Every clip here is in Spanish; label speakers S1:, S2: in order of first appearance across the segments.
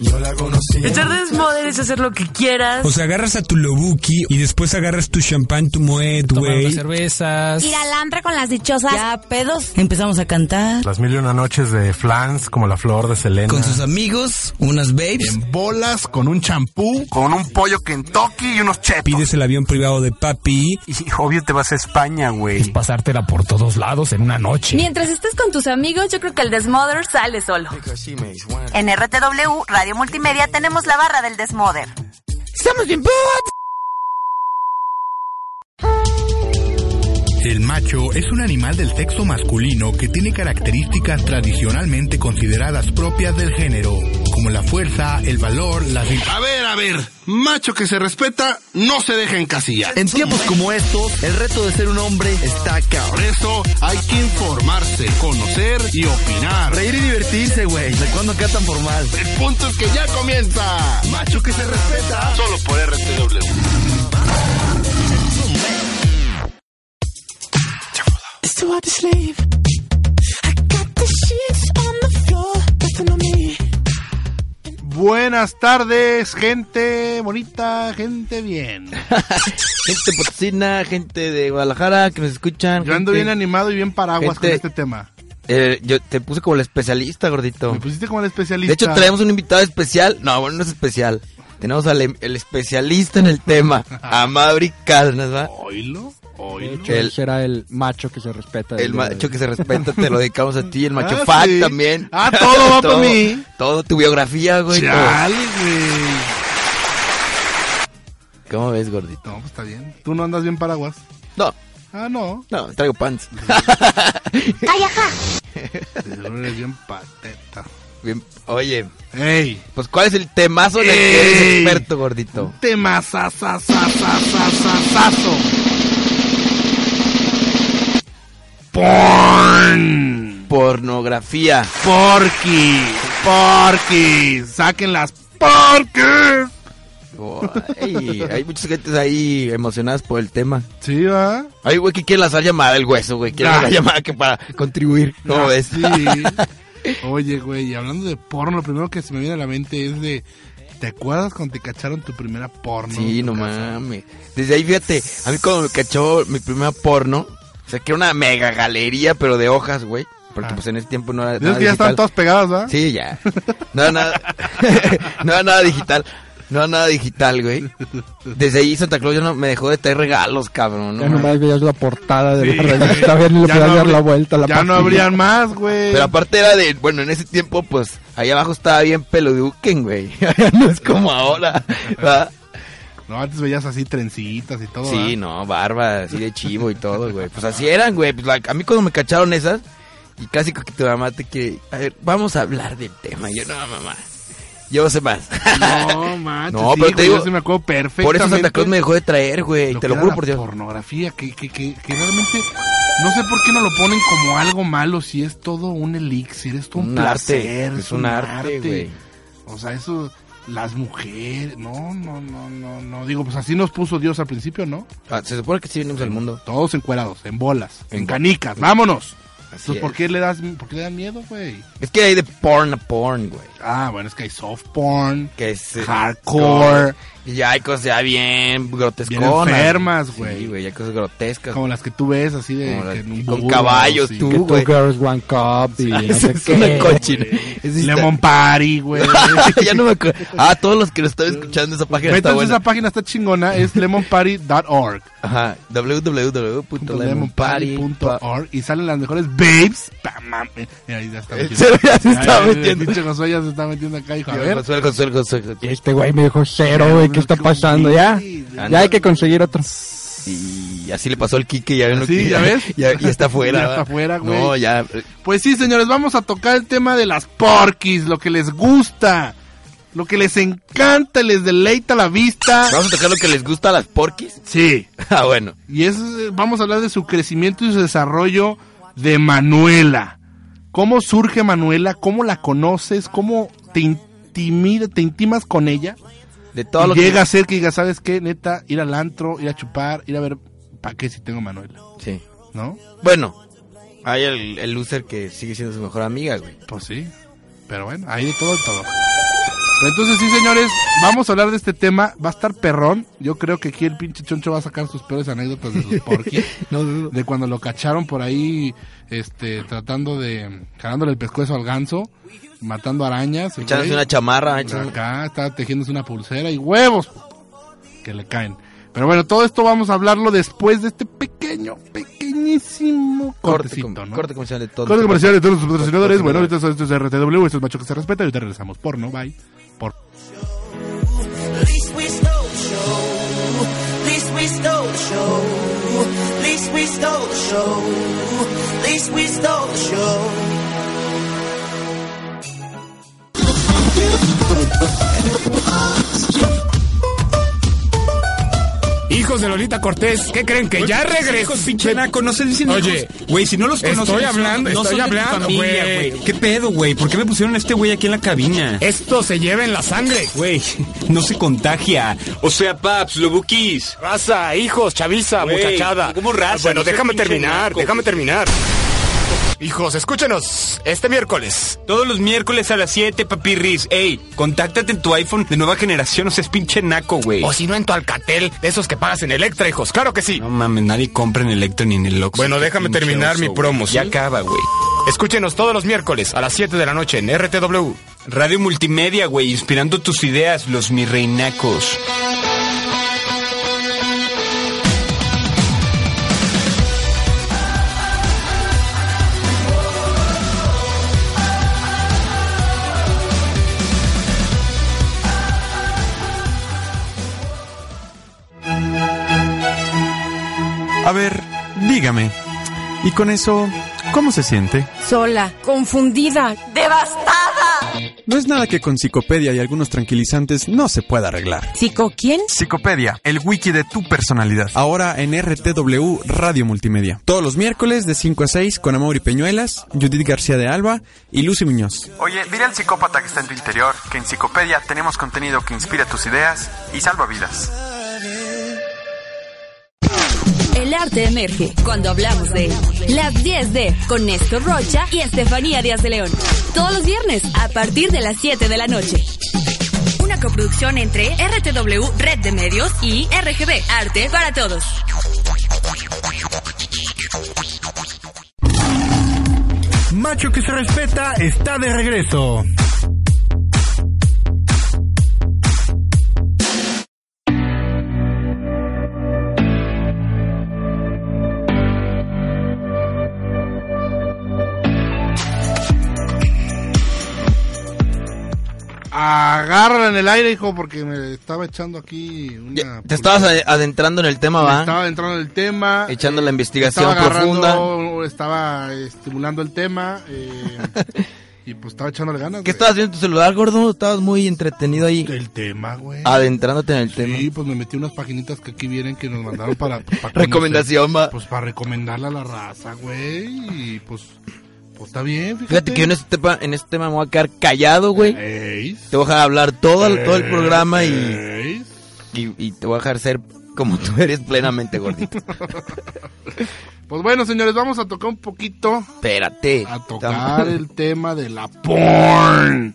S1: Yo la conocí.
S2: Estar desmoder es hacer lo que quieras.
S3: O sea, agarras a tu lobuki y después agarras tu champán, tu moet,
S4: Tomando
S3: güey.
S4: cervezas.
S5: Ir al antro con las dichosas.
S6: Ya, pedos. Empezamos a cantar.
S1: Las mil y una noches de flans, como la flor de Selena.
S4: Ah.
S6: Con sus amigos, unas babes.
S7: En bolas, con un champú, con un pollo Kentucky y unos chetos.
S3: Pides el avión privado de papi.
S7: Y obvio te vas a España,
S4: Es
S7: güey.
S4: pasártela por todos lados en una noche.
S5: Mientras estés con tus amigos, yo creo que el desmoder sale solo.
S8: En RTW Radio Multimedia tenemos la barra del Desmoder.
S7: El macho es un animal del sexo masculino que tiene características tradicionalmente consideradas propias del género, como la fuerza, el valor, la...
S9: A ver, a ver, macho que se respeta no se deja encasillar.
S10: En tiempos como estos, el reto de ser un hombre está
S9: Por
S10: cabrón.
S9: eso hay que informarse, conocer y opinar.
S10: Reír y divertirse, güey. ¿De cuándo acá tan formal?
S9: El punto es que ya comienza. Macho que se respeta solo por RTW.
S1: Buenas tardes, gente bonita, gente bien.
S10: Gente potosina, gente de Guadalajara que nos escuchan.
S1: Yo ando
S10: gente-
S1: bien animado y bien paraguas
S10: gente-
S1: con este tema.
S10: Eh, yo te puse como el especialista, gordito.
S1: Me pusiste como el especialista.
S10: De hecho, traemos un invitado especial. No, bueno, no es especial. Tenemos al em- el especialista en el tema, a Maverick Calnas, ¿va?
S9: Oilo, oilo.
S10: El,
S11: será el macho que se respeta.
S10: el macho que se respeta, te lo dedicamos a ti, el macho
S1: Ah,
S10: fact
S1: sí.
S10: también.
S1: Ah, todo va por mí.
S10: Todo tu biografía, güey.
S1: Chale, güey.
S10: ¿Cómo, cómo ves, gordito?
S1: No, pues está bien. Tú no andas bien paraguas.
S10: No,
S1: Ah, no.
S10: no, traigo pants.
S1: Seguro eres bien pateta.
S10: Bien, oye,
S1: Ey.
S10: pues ¿cuál es el temazo en el que eres
S1: Ey.
S10: experto, gordito?
S1: Tema sa, sa, sa, sa, sa, sa, sazo. Porn.
S10: Pornografía.
S1: Porky. Porky. Saquen las porky.
S10: Ay, Oh, hay muchas gentes ahí emocionadas por el tema.
S1: Sí, va.
S10: Ay, güey, que quieren lanzar llamada el hueso, güey. Quieren
S1: Ah.
S10: lanzar llamada que para contribuir. ¿Cómo
S1: Ah,
S10: ves?
S1: sí. Oye, güey, y hablando de porno, lo primero que se me viene a la mente es de. ¿Te acuerdas cuando te cacharon tu primera porno?
S10: Sí,
S1: en tu
S10: no
S1: casa?
S10: mames. Desde ahí, fíjate, a mí cuando me cachó mi primera porno, o sea, que era una mega galería, pero de hojas, güey. Porque
S1: Ah.
S10: pues en ese tiempo no era
S1: Dices
S10: nada
S1: que ya están
S10: digital.
S1: todas pegadas, ¿va?
S10: Sí, ya. No era nada, no era nada digital. No era nada digital, güey. Desde ahí Santa Claus ya no me dejó de traer regalos, cabrón. No
S11: Ya
S10: mames.
S11: nomás veías la portada de la
S1: Sí,
S11: revista, a ver, ni le
S1: Ya
S11: podías
S1: no
S11: dar la
S1: abrí-
S11: vuelta. a La
S1: Ya no
S11: pastilla.
S1: habrían más, güey.
S10: Pero aparte era de, bueno, en ese tiempo, pues, ahí abajo estaba bien peluduquen, güey. no es como ahora. ¿verdad?
S1: No, antes veías así trencitas y todo.
S10: Sí, no, barba, así de chivo y todo, güey. Pues así eran, güey. Pues, like, a mí cuando me cacharon esas, y casi que tu mamá te quiere, a ver, vamos a hablar del tema. Y Yo, no, mamá, yo sé más.
S1: No, manches.
S10: No,
S1: Ah, sí,
S10: pero te
S1: güey,
S10: digo,
S1: yo sí me acuerdo perfectamente.
S10: por eso Santa Cruz me dejó de traer, güey.
S1: lo
S10: Te
S1: que
S10: lo
S1: era
S10: juro
S1: la
S10: por Dios.
S1: pornografía, que, que, que, que realmente. No sé por qué no lo ponen como algo malo si es todo un elixir, es todo un,
S10: Un arte,
S1: placer.
S10: es un arte, güey.
S1: O sea, eso. Las mujeres. No, no, no, no, no. Digo, pues así nos puso Dios al principio, ¿no?
S10: Ah, se supone que sí venimos al mundo.
S1: Todos encuerados, en bolas, en,
S10: En-
S1: canicas, vámonos.
S10: Así
S1: Entonces, ¿por
S10: es.
S1: qué le das, por qué le dan miedo, güey?
S10: Es que hay de porn a porn, güey.
S1: Ah, bueno, es que hay soft porn,
S10: Que es eh,
S1: hardcore,
S10: Y ya hay cosas ya bien grotesconas.
S1: Bien enfermas, güey.
S10: Sí, güey, ya hay cosas grotescas.
S1: como las que tú ves así de
S10: Como las
S1: que en
S10: que
S1: un
S10: con
S1: burro,
S10: caballos,
S1: sí.
S10: tú,
S11: Que two
S10: güey.
S11: girls, one cup y no
S10: Eso
S11: sé
S10: es
S11: qué.
S10: una cochina.
S1: Lemon Party, güey.
S10: ya no me acuerdo. Ah, todos los que lo están escuchando, esa página
S1: Métanse
S10: está
S1: a esa
S10: buena.
S1: página, está chingona, es lemonparty.org.
S10: Ajá, www.lemonparty.org.
S1: lemonparty.org y salen las mejores babes. Pa, mam. eh, Mira, ahí ya está metiendo.
S10: Ya se está
S1: Ay,
S10: metiendo.
S1: El pinche Josué ya se está metiendo acá, hijo. A ver.
S10: Consuelo, consuelo, consuelo.
S11: Este güey me dijo cero, güey, ¿qué está pasando? Ya,
S1: Sí,
S10: ya.
S11: ya hay que conseguir otro.
S10: Ah, Y así le pasó al Quique, ya ven lo
S1: Sí,
S10: que-
S1: ¿ya ves?
S10: Ya, ya está fuera.
S1: Ya está fuera, güey.
S10: No, ya. eh,
S1: Pues sí, señores, vamos a tocar el tema de las porquis, lo que les gusta, lo que les encanta, les deleita la vista.
S10: ¿Vamos a tocar lo que les gusta a las porquis?
S1: Sí.
S10: Ah, bueno.
S1: Y es, eh, vamos a hablar de su crecimiento y su desarrollo de Manuela. ¿Cómo surge Manuela? ¿Cómo la conoces? ¿Cómo te intimida, te intimas con ella?
S10: De todo lo que-
S1: llega a ser que digas, ¿sabes qué? Neta, ir al antro, ir a chupar, ir a ver, ¿para qué si tengo Manuela?
S10: Sí.
S1: ¿No?
S10: Bueno, hay el, el loser que sigue siendo su mejor amiga, güey.
S1: Pues sí. Pero bueno, hay de todo, de todo. Pero entonces sí, señores, vamos a hablar de este tema. Va a estar perrón. Yo creo que aquí el pinche choncho va a sacar sus peores anécdotas de sus porquis. de cuando lo cacharon por ahí, este, tratando de, jalándole el pescuezo al ganso, matando arañas. el
S10: Echándose
S1: güey.
S10: una chamarra, echándose-
S1: Pues Acá está tejiéndose una pulsera y huevos que le caen. Pero bueno, todo esto vamos a hablarlo después de este pequeño, pequeñísimo
S10: Corte,
S1: cortecito,
S10: com-
S1: ¿no?
S10: corte comercial de todos.
S1: Corte comercial de todos los patrocinadores.
S10: Patrocinadores.
S1: Bueno, ahorita esto es RTW, esto es Macho que se respeta y ahorita regresamos. Porno, bye. Por...
S12: Least we stole the show. Least we stole the show. Least we stole the show. Least we stole the show.
S4: Hijos de Lolita Cortés, ¿qué creen que ya
S3: Hijos,
S4: regresé?
S3: pinche naco, no se dicen
S4: Oye,
S3: hijos. güey, si no los
S4: estoy
S3: conoces.
S4: hablando,
S3: no
S4: estoy
S3: son de tu
S4: hablando,
S3: familia,
S4: güey.
S3: ¿Qué pedo, güey? ¿Por qué me pusieron a este güey aquí en la cabina?
S4: Esto se lleva en la sangre.
S3: Güey, no se contagia. O sea, paps, lo buquis.
S4: Raza, hijos, chaviza,
S3: Güey,
S4: muchachada. Ah,
S3: ¿cómo raza?
S4: Bueno,
S3: No seas
S4: déjame
S3: pinche
S4: terminar,
S3: naco.
S4: déjame terminar. Hijos, escúchenos este miércoles.
S3: Todos los miércoles a las 7, papirris. Ey, contáctate en tu iPhone de nueva generación, o sea, es pinche naco, güey.
S4: O si no en tu Alcatel, de esos que pagas en Electra, hijos. Claro que sí.
S3: No mames, nadie compra en Electro ni en el Oxxo.
S4: Bueno,
S3: Qué
S4: déjame
S3: pinche
S4: terminar
S3: oso,
S4: mi
S3: güey.
S4: promo,
S3: Ya
S4: ¿sí?
S3: acaba, güey.
S4: Escúchenos todos los miércoles a las 7 de la noche en RTW.
S3: Radio Multimedia, güey, inspirando tus ideas, los mi reinacos.
S13: A ver, dígame. Y con eso, ¿cómo se siente?
S5: Sola, confundida, devastada.
S13: No es nada que con psicopedia y algunos tranquilizantes no se pueda arreglar.
S5: ¿Psico quién?
S13: Psicopedia, el wiki de tu personalidad. Ahora en RTW Radio Multimedia. Todos los miércoles de 5 a 6 con Amaury Peñuelas, Judith García de Alba y Lucy Muñoz.
S14: Oye, dile al psicópata que está en tu interior que en Psicopedia tenemos contenido que inspira tus ideas y salva vidas.
S5: El arte emerge cuando hablamos de él. Las 10 de con Néstor Rocha y Estefanía Díaz de León. Todos los viernes a partir de las 7 de la noche. Una coproducción entre RTW Red de Medios y RGB Arte para Todos.
S7: Macho que se respeta está de regreso.
S1: Agárrala en el aire, hijo, porque me estaba echando aquí una...
S10: Te estabas a- adentrando en el tema,
S1: Me
S10: ¿va?
S1: estaba entrando en el tema.
S10: Echando la investigación
S1: Estaba
S10: profunda.
S1: agarrando, estaba eh, estimulando el tema. eh, y pues estaba echándole ganas.
S10: ¿Qué estabas viendo en tu celular, gordo? Estabas muy entretenido ahí.
S1: El tema, güey.
S10: Ah, Adentrándote en el tema.
S1: Sí, pues me metí unas paginitas que aquí vienen que nos mandaron para... para
S10: Recomendación,
S1: conocer, Pues para recomendarle a la raza, güey. Y pues, pues está bien, fíjate.
S10: Fíjate que yo en este, tema, en este tema me voy a quedar callado, güey.
S1: Eh. Te
S10: voy a dejar hablar todo, el- todo
S1: Eh,
S10: el programa y,
S1: Ey.
S10: y, y te voy a dejar ser como tú eres plenamente gordito.
S1: Pues bueno, señores, vamos a tocar un poquito...
S10: Espérate.
S1: A tocar el tema de la porn.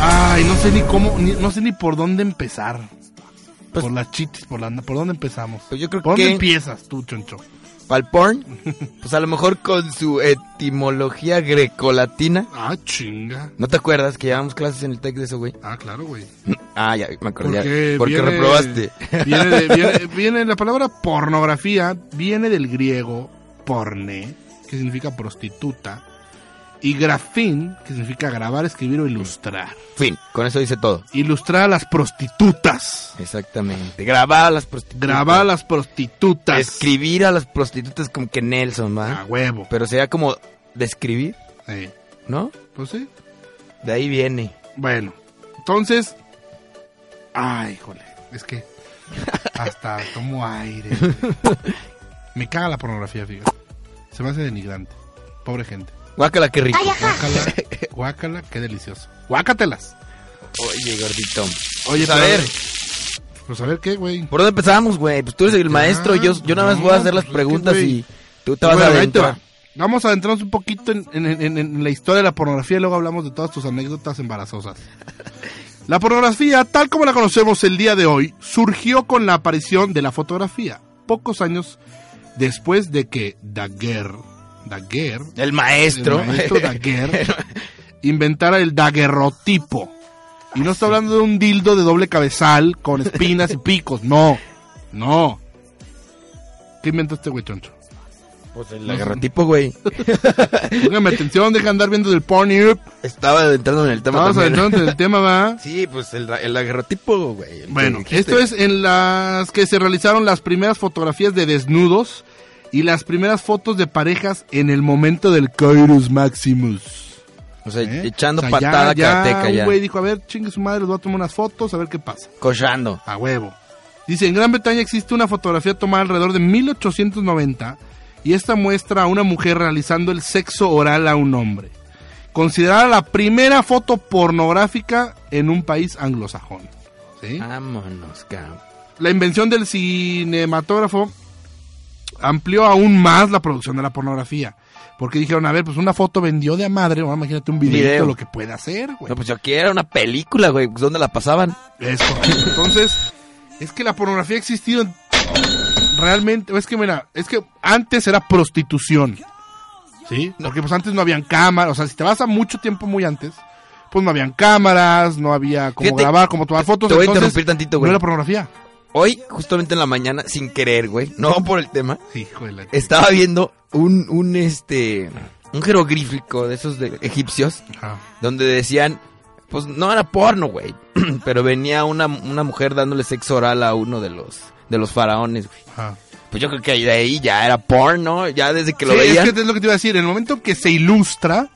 S1: Ay, no sé ni cómo, ni- no sé ni por dónde empezar. por las chitis, por, la, por dónde empezamos.
S10: Pues yo creo
S1: ¿Por
S10: que-
S1: dónde empiezas tú, choncho?
S10: ¿Pal porn? Pues a lo mejor con su etimología grecolatina.
S1: Ah, chinga.
S10: ¿No te acuerdas que llevamos clases en el TEC de eso, güey?
S1: Ah, claro, güey.
S10: Ah, ya me acordé. ya,
S1: Porque
S10: Porque,
S1: viene-
S10: reprobaste.
S1: Viene, de- viene- viene- la palabra pornografía, viene del griego porne, que significa prostituta, y grafín, que significa grabar, escribir o ilustrar.
S10: Fin, con eso dice todo.
S1: Ilustrar a las prostitutas.
S10: Exactamente. Grabar a las prostitutas.
S1: Grabar a las prostitutas. Ah,
S10: Escribir a las prostitutas como que Nelson, ¿va?
S1: A huevo.
S10: Pero sería como describir,
S1: Sí.
S10: ¿no?
S1: Pues sí.
S10: De ahí viene.
S1: Bueno, entonces. Ay, jole. Es que hasta tomo aire. güey. Me caga la pornografía, fíjate. Se me hace denigrante. Pobre gente.
S10: Guácala, qué rico.
S1: Guácala, guácala, qué delicioso. Guácatelas.
S10: Oye, gordito.
S1: Oye,
S10: Pues, a
S1: pero-
S10: ver,
S1: Pues a ver qué, güey.
S10: ¿por dónde empezamos, güey? Pues tú eres el
S1: Ya,
S10: maestro, yo, yo nada más
S1: no,
S10: voy a hacer las
S1: pues, es que,
S10: preguntas
S1: güey.
S10: y tú te vas a
S1: Bueno, ahí te va.
S10: adentrar.
S1: Vamos a adentrarnos un poquito en, en- en- en la historia de la pornografía y luego hablamos de todas tus anécdotas embarazosas. La pornografía, tal como la conocemos el día de hoy, surgió con la aparición de la fotografía, pocos años después de que Daguerre, Daguerre,
S10: El maestro. eh,
S1: el maestro Daguerre, inventara el daguerrotipo. Y no está
S10: Ah,
S1: hablando de un dildo de doble cabezal con espinas y picos, no, no. ¿Qué inventó este güey, choncho?
S10: Pues el agarrotipo, güey.
S1: Póngame atención, deja andar viendo del Pornhub.
S10: Estaba adentrando en el tema
S1: Vamos
S10: también. ¿eh?
S1: adentrando en el tema, va.
S10: Sí, pues el, el agarrotipo, güey. el que
S1: Bueno,
S10: dijiste.
S1: esto es en las que se realizaron las primeras fotografías de desnudos y las primeras fotos de parejas en el momento del Coirus Maximus.
S10: O sea,
S1: ¿Eh?
S10: echando
S1: O sea, ya-
S10: patada
S1: ya
S10: karateka
S1: Un
S10: ya.
S1: güey dijo, a ver, chingue su madre, les voy a tomar unas fotos, a ver qué pasa.
S10: Cochando.
S1: A huevo. Dice, en Gran Bretaña existe una fotografía tomada alrededor de 1890 y esta muestra a una mujer realizando el sexo oral a un hombre. Considerada la primera foto pornográfica en un país anglosajón. ¿Sí?
S10: Ah. Vámonos, cabrón.
S1: La invención del cinematógrafo amplió aún más la producción de la pornografía. Porque dijeron, a ver, pues una foto vendió de a madre, ahora imagínate un videito,
S10: Video.
S1: lo que puede hacer, güey.
S10: No, pues yo quiero una película, güey. pues, ¿Dónde la pasaban?
S1: Es correcto. Entonces, es que la pornografía ha existido en- realmente. Es que, mira, es que antes era prostitución. ¿Sí? Porque pues antes no habían cámaras. O sea, si te vas a mucho tiempo muy antes, pues no habían cámaras, no había como
S10: Fíjate,
S1: grabar, como tomar fotos.
S10: te voy a
S1: entonces,
S10: interrumpir tantito, güey.
S1: No era pornografía.
S10: Hoy, justamente en la mañana, sin querer, güey, no por el tema,
S1: Hijo de la
S10: estaba viendo un, un, este, un jeroglífico de esos de egipcios,
S1: Ajá.
S10: donde decían, pues no era porno, güey, pero venía una, una mujer dándole sexo oral a uno de los, de los faraones, güey.
S1: Ajá.
S10: Pues yo creo que de ahí ya era porno, ya desde que lo
S1: Sí,
S10: veían.
S1: Es que es lo que te iba a decir. En el momento que se ilustra,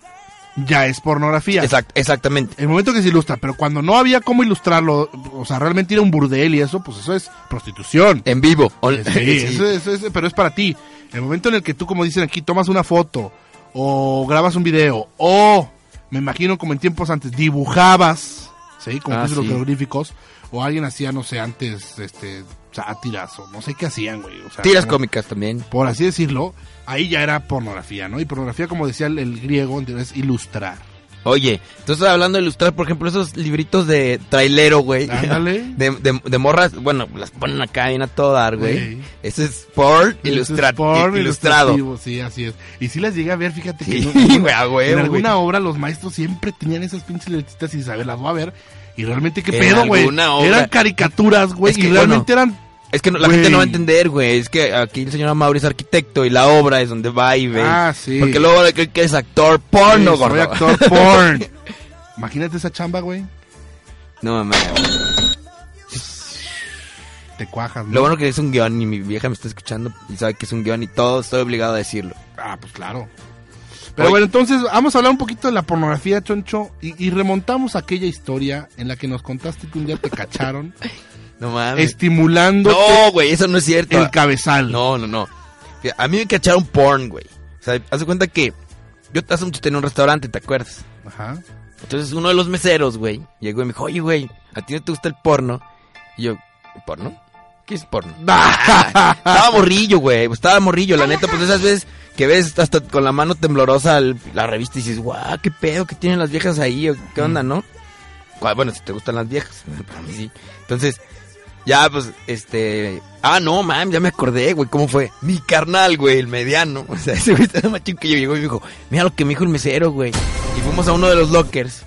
S1: ya es pornografía.
S10: Exact- exactamente.
S1: En el momento que se ilustra, pero cuando no había cómo ilustrarlo, o sea, realmente ir a un burdel y eso, pues eso es prostitución.
S10: En vivo. On-
S1: Sí, eso es- eso es- pero es para ti. El momento en el que tú, como dicen aquí, tomas una foto o grabas un video o, me imagino como en tiempos antes, dibujabas, ¿sí? Como
S10: Ah,
S1: dicen los
S10: sí.
S1: jeroglíficos, o alguien hacía, no sé, antes, este, sátiras o no sé qué hacían, güey. o sea,
S10: Tiras
S1: como-
S10: cómicas también.
S1: por así decirlo, ahí ya era pornografía, ¿no? Y pornografía, como decía el, el griego, es ilustrar.
S10: Oye, entonces hablando de ilustrar, por ejemplo, esos libritos de trailero, güey.
S1: Ándale.
S10: De, de- de morras, bueno, las ponen acá bien a todo dar, güey.
S1: Sí.
S10: Ese es porn, ilustra-
S1: Entonces, porn
S10: ilustrado.
S1: ilustrativo, Sí, así es. Y si las llegué a ver, fíjate que
S10: Sí,
S1: no-
S10: güey, a huevo,
S1: en alguna
S10: güey.
S1: obra los maestros siempre tenían esas pinches letritas y saber, las voy a ver. Y realmente, ¿qué
S10: En
S1: pedo, güey?
S10: alguna obra.
S1: Eran caricaturas, güey.
S10: Es que,
S1: y realmente eran...
S10: Es que no- la
S1: Güey.
S10: gente no va a entender, güey. Es que aquí el señor Amaury es arquitecto y la obra es donde va y ve.
S1: Ah, sí.
S10: Porque luego le creen que es actor porno,
S1: Sí, soy
S10: gordo.
S1: actor porn. Imagínate esa chamba, güey.
S10: No, mamá.
S1: Te cuajas, ¿no?
S10: Lo bueno que es un guión y mi vieja me está escuchando y sabe que es un guión y todo estoy obligado a decirlo.
S1: Ah, pues claro. Pero
S10: Oye.
S1: bueno, entonces vamos a hablar un poquito de la pornografía, Choncho, y, y remontamos a aquella historia en la que nos contaste que un día te cacharon
S10: No mames.
S1: estimulando
S10: No, güey, eso no es cierto.
S1: el cabezal.
S10: No, no, no. Fíjate, A mí me cacharon porn, güey. O sea, haz de cuenta que yo hace mucho tenía un restaurante, ¿te acuerdas?
S1: Ajá.
S10: Entonces uno de los meseros, güey, llegó y me dijo, oye, güey, ¿a ti no te gusta el porno? Y yo, "¿El ¿porno? ¿Qué es porno? estaba morrillo, güey, pues, estaba morrillo, la neta, pues esas veces que ves hasta con la mano temblorosa el- la revista y dices, guau, qué pedo que tienen las viejas ahí, o qué onda, ¿no? Gua- Bueno, si te gustan las viejas, para mí sí. Entonces, ya, pues, este. Ah, no, mam, ya me acordé, güey, ¿cómo fue? Mi carnal, güey, el mediano. O sea, ese güey estaba más chico que yo. Llegó y me dijo, mira lo que me dijo el mesero, güey. Y fuimos a uno de los lockers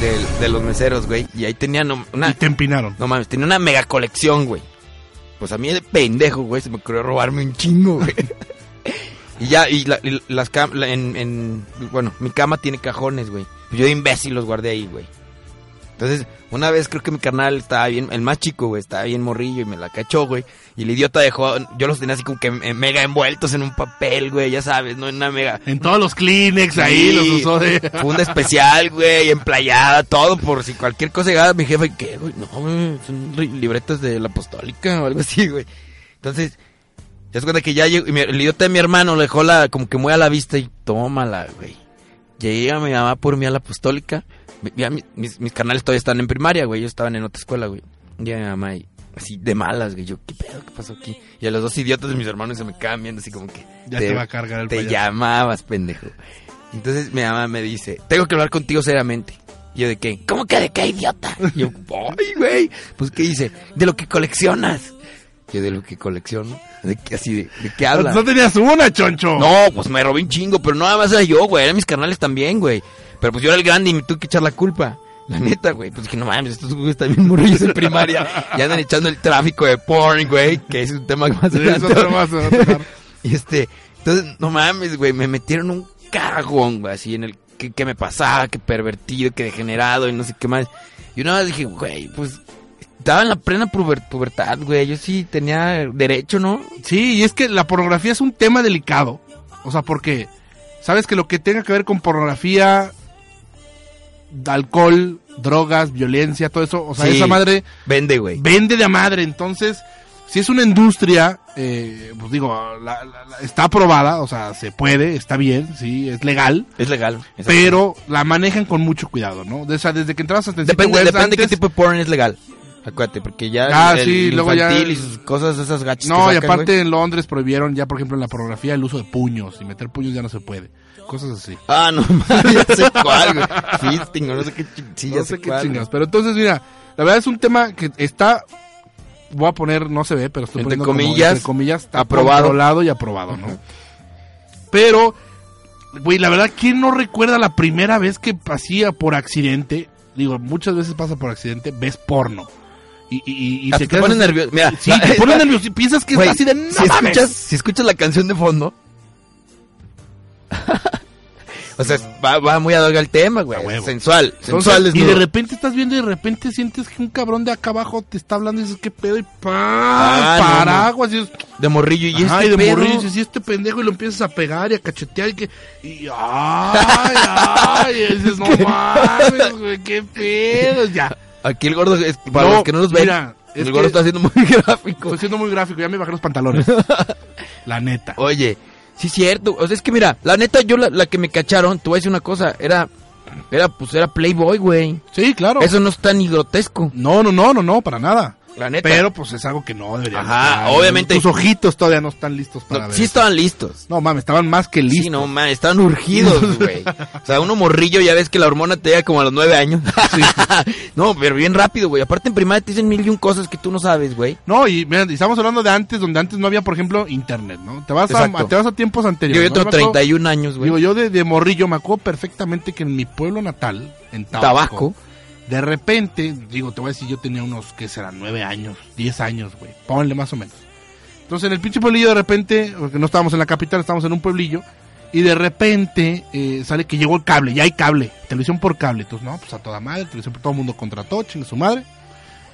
S10: del- de, los meseros, güey. Y ahí tenían no- una.
S1: Y te empinaron.
S10: No mames, tenía una mega colección, güey. Pues a mí de pendejo, güey, se me ocurrió robarme un chingo, güey. Y ya, y, la- y las cam- la- en, en- bueno, mi cama tiene cajones, güey. Pues Yo de imbécil los guardé ahí, güey. Entonces, una vez creo que mi carnal estaba bien, el más chico, güey, estaba bien morrillo y me la cachó, güey. Y el idiota dejó, yo los tenía así como que eh, mega envueltos en un papel, güey, ya sabes, no en una mega.
S1: En todos los Kleenex ahí los usó de.
S10: Funda especial, güey, emplayada, todo, por si cualquier cosa llegaba mi jefe, ¿qué, güey? No, güey, son ri- libretas de la apostólica o algo así, güey. Entonces, ya se cuenta que ya llegó, y mi- el idiota de mi hermano le dejó la, como que muy a la vista y tómala, güey. Llega mi mamá por mí a la apostólica. Mi- ya mi- mis, mis carnales todavía están en primaria, güey, ellos estaban en otra escuela, güey. Llega mi mamá y así de malas, güey, yo, ¿qué pedo? ¿Qué pasó aquí? Y a los dos idiotas de mis hermanos se me quedan viendo así como que...
S1: Ya te va a cargar el
S10: Te
S1: payaso.
S10: llamabas, pendejo. Entonces mi mamá me dice, tengo que hablar contigo seriamente. Y yo, ¿de qué? ¿Cómo que de qué, idiota? Y yo, ¡ay, güey! Pues, ¿qué dice? De lo que coleccionas. Yo, de lo que colecciono. ¿De qué, así, de, de qué hablas?
S1: No tenías una, choncho.
S10: No, pues me robé un chingo, pero no nada más era yo, güey. Eran mis carnales también, güey. Pero pues yo era el grande y me tuve que echar la culpa. La neta, güey. Pues que no mames, estos güeyes también morrillos en primaria. Y andan echando el tráfico de porn, güey. Que ese es un tema que más
S1: Sí, es
S10: adelante
S1: otro más,
S10: vamos a
S1: otro más.
S10: y este, entonces, no mames, güey. Me metieron un cagón, güey. Así en el que, que me pasaba, que pervertido, que degenerado y no sé qué más. Y una vez dije, güey, pues estaba en la plena puber- pubertad, güey. Yo sí tenía derecho, ¿no?
S1: Sí, y es que la pornografía es un tema delicado. O sea, porque sabes que lo que tenga que ver con pornografía, alcohol, drogas, violencia, todo eso, o sea,
S10: Sí,
S1: esa madre
S10: Vende, güey.
S1: vende de a madre. Entonces, si es una industria, eh, pues digo, la- la- la- está aprobada, o sea, se puede, está bien, sí, es legal.
S10: Es legal.
S1: Pero la manejan con mucho cuidado, ¿no? De- O sea, desde que entrabas al Tencito
S10: Depende,
S1: Webs
S10: depende
S1: antes-
S10: qué tipo de porn es legal. Acuérdate, porque ya
S1: Ah,
S10: el,
S1: sí,
S10: el
S1: luego ya-
S10: infantil y sus cosas, esas gachas.
S1: No,
S10: que
S1: y
S10: sacan,
S1: aparte
S10: güey.
S1: en Londres prohibieron ya, por ejemplo, en la pornografía el uso de puños. Y meter puños ya no se puede. Cosas así.
S10: Ah, no, ya sé cuál, güey. Fisting, no sé qué chin- sí, ya
S1: no
S10: sé
S1: sé qué
S10: cuál,
S1: chingas. Pero entonces, mira, la verdad es un tema que está... Voy a poner, no se ve, pero estoy
S10: Entre
S1: poniendo como,
S10: comillas,
S1: entre comillas, está
S10: aprobado.
S1: controlado y aprobado, ¿no? Pero, güey, la verdad, ¿quién no recuerda la primera vez que pasía por accidente? Digo, muchas veces pasa por accidente, ves porno. Y, y, y- y
S10: Hasta te
S1: quedas
S10: pones
S1: así-
S10: nervioso. Mira,
S1: sí, te pones nervioso y piensas que
S10: Güey,
S1: está así de no
S10: si,
S1: mames".
S10: escuchas, si escuchas la canción de fondo. o sea, va, va muy ad hoc al tema, güey. Sensual,
S1: Entonces,
S10: sensual
S1: y
S10: desnudo.
S1: de repente estás viendo y de repente sientes que un cabrón de acá abajo te está hablando y dices, ¿qué pedo? Y ¡pam!
S10: Ah, no, no.
S1: paraguas. Y es,
S10: De morrillo y
S1: Ajá,
S10: este
S1: y de
S10: perro.
S1: morrillo dices, "Y este pendejo? Y lo empiezas a pegar y a cachetear y que... Y, ¡ay, ay! Y dices, no mames, güey, qué pedo. Ya.
S10: Aquí el gordo, es, para
S1: No,
S10: los que no nos ven,
S1: mira, es
S10: el gordo
S1: que-
S10: está haciendo muy gráfico.
S1: Estoy pues siendo muy gráfico, ya me bajé los pantalones. La neta.
S10: Oye, sí es cierto. O sea, es que mira, la neta, yo la, la que me cacharon, te voy a decir una cosa, era, era, pues era Playboy, güey.
S1: Sí, claro.
S10: Eso no está ni grotesco.
S1: No, no, no, no, no, para nada.
S10: La neta.
S1: Pero pues es algo que no debería
S10: Ajá,
S1: estar.
S10: obviamente.
S1: Tus ojitos todavía no están listos para
S10: No,
S1: ver.
S10: sí estaban listos.
S1: No mames, estaban más que listos.
S10: Sí, no mames, estaban urgidos, güey. O sea, uno morrillo, ya ves que la hormona te llega como a los nueve años. no, pero bien rápido, güey. Aparte en primaria te dicen mil y un cosas que tú no sabes, güey.
S1: No, y mira, y estamos hablando de antes, donde antes no había, por ejemplo, internet, ¿no? Te vas, a,
S10: Exacto.
S1: te vas a tiempos anteriores.
S10: Yo
S1: ¿no?
S10: tengo
S1: me acuerdo-
S10: 31 años, güey.
S1: Digo, yo de, de morrillo me acuerdo perfectamente que en mi pueblo natal, en Tabasco,
S10: Tabasco.
S1: de repente, digo, te voy a decir, yo tenía unos, ¿qué serán? Nueve años, diez años, güey. Ponle más o menos. Entonces, en el pinche pueblillo, de repente, porque no estábamos en la capital, estábamos en un pueblillo, y de repente eh, sale que llegó el cable, ya hay cable, televisión por cable. Entonces, no, pues a toda madre, televisión por todo el mundo contrató, chingue su madre.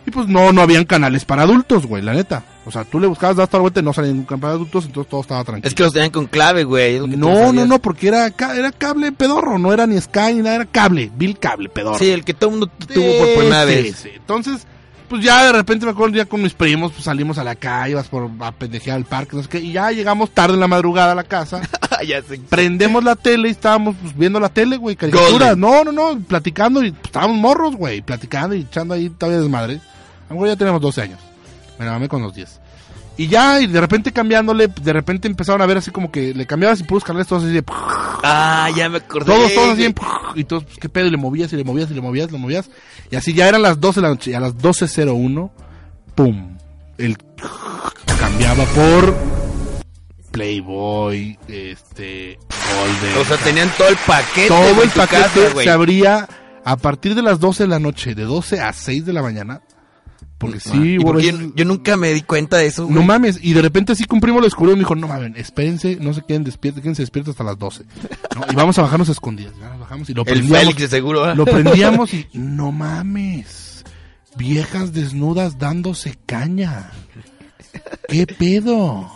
S1: Y pues no, no habían canales para adultos, güey, la neta. O sea, tú le buscabas, das toda la vuelta y no salía ningún canal para adultos, entonces todo estaba tranquilo.
S10: Es que los tenían con clave, güey. es lo que tú
S1: No, no,
S10: sabías.
S1: no, porque era, ca- era cable pedorro, no era ni Sky ni nada, era cable, Bill Cable pedorro.
S10: Sí, el que todo el mundo tuvo por
S1: Sí,
S10: primera vez.
S1: sí. Entonces, pues ya de repente me acuerdo ya con mis primos, pues salimos a la calle, vas por a pendejear al parque, no sé qué, y ya llegamos tarde en la madrugada a la casa,
S10: ya sé.
S1: prendemos la tele y estábamos pues, viendo la tele, güey, caricaturas, no, no, no, platicando y pues, estábamos morros, güey, platicando y echando ahí todavía desmadre. A lo mejor ya tenemos 12 años, me la mamé con los 10. Y ya, y de repente cambiándole, de repente empezaron a ver así como que le cambiabas y puros canales todos así de...
S10: Ah, ya me acordé.
S1: Todos, todos así,
S10: güey.
S1: en ¡puj! y todos, pues, qué pedo, y le movías, y le movías, y le movías, le movías. Y así ya eran las 12 de la noche, y a las 12.01, pum, el cambiaba por Playboy, este, Golden.
S10: O sea, tenían todo el paquete.
S1: todo
S10: güey,
S1: el
S10: en tu casa,
S1: paquete
S10: güey.
S1: se
S10: Ah,
S1: abría a partir de las 12 de la noche, de 12 a 6 de la mañana, Porque sí,
S10: Y
S1: hubo
S10: porque
S1: veces-
S10: yo, yo nunca me di cuenta de eso, güey.
S1: No mames, y de repente así que un primo lo descubrió y me dijo, no mames, espérense, no se queden despiertos, quédense despiertos hasta las 12. ¿no? Y vamos a bajarnos a escondidas. pues, ya nos bajamos y lo
S10: El
S1: prendíamos.
S10: Félix, de seguro, ¿verdad?
S1: Lo prendíamos y ¿eh? no mames, viejas desnudas dándose caña. ¿Qué pedo?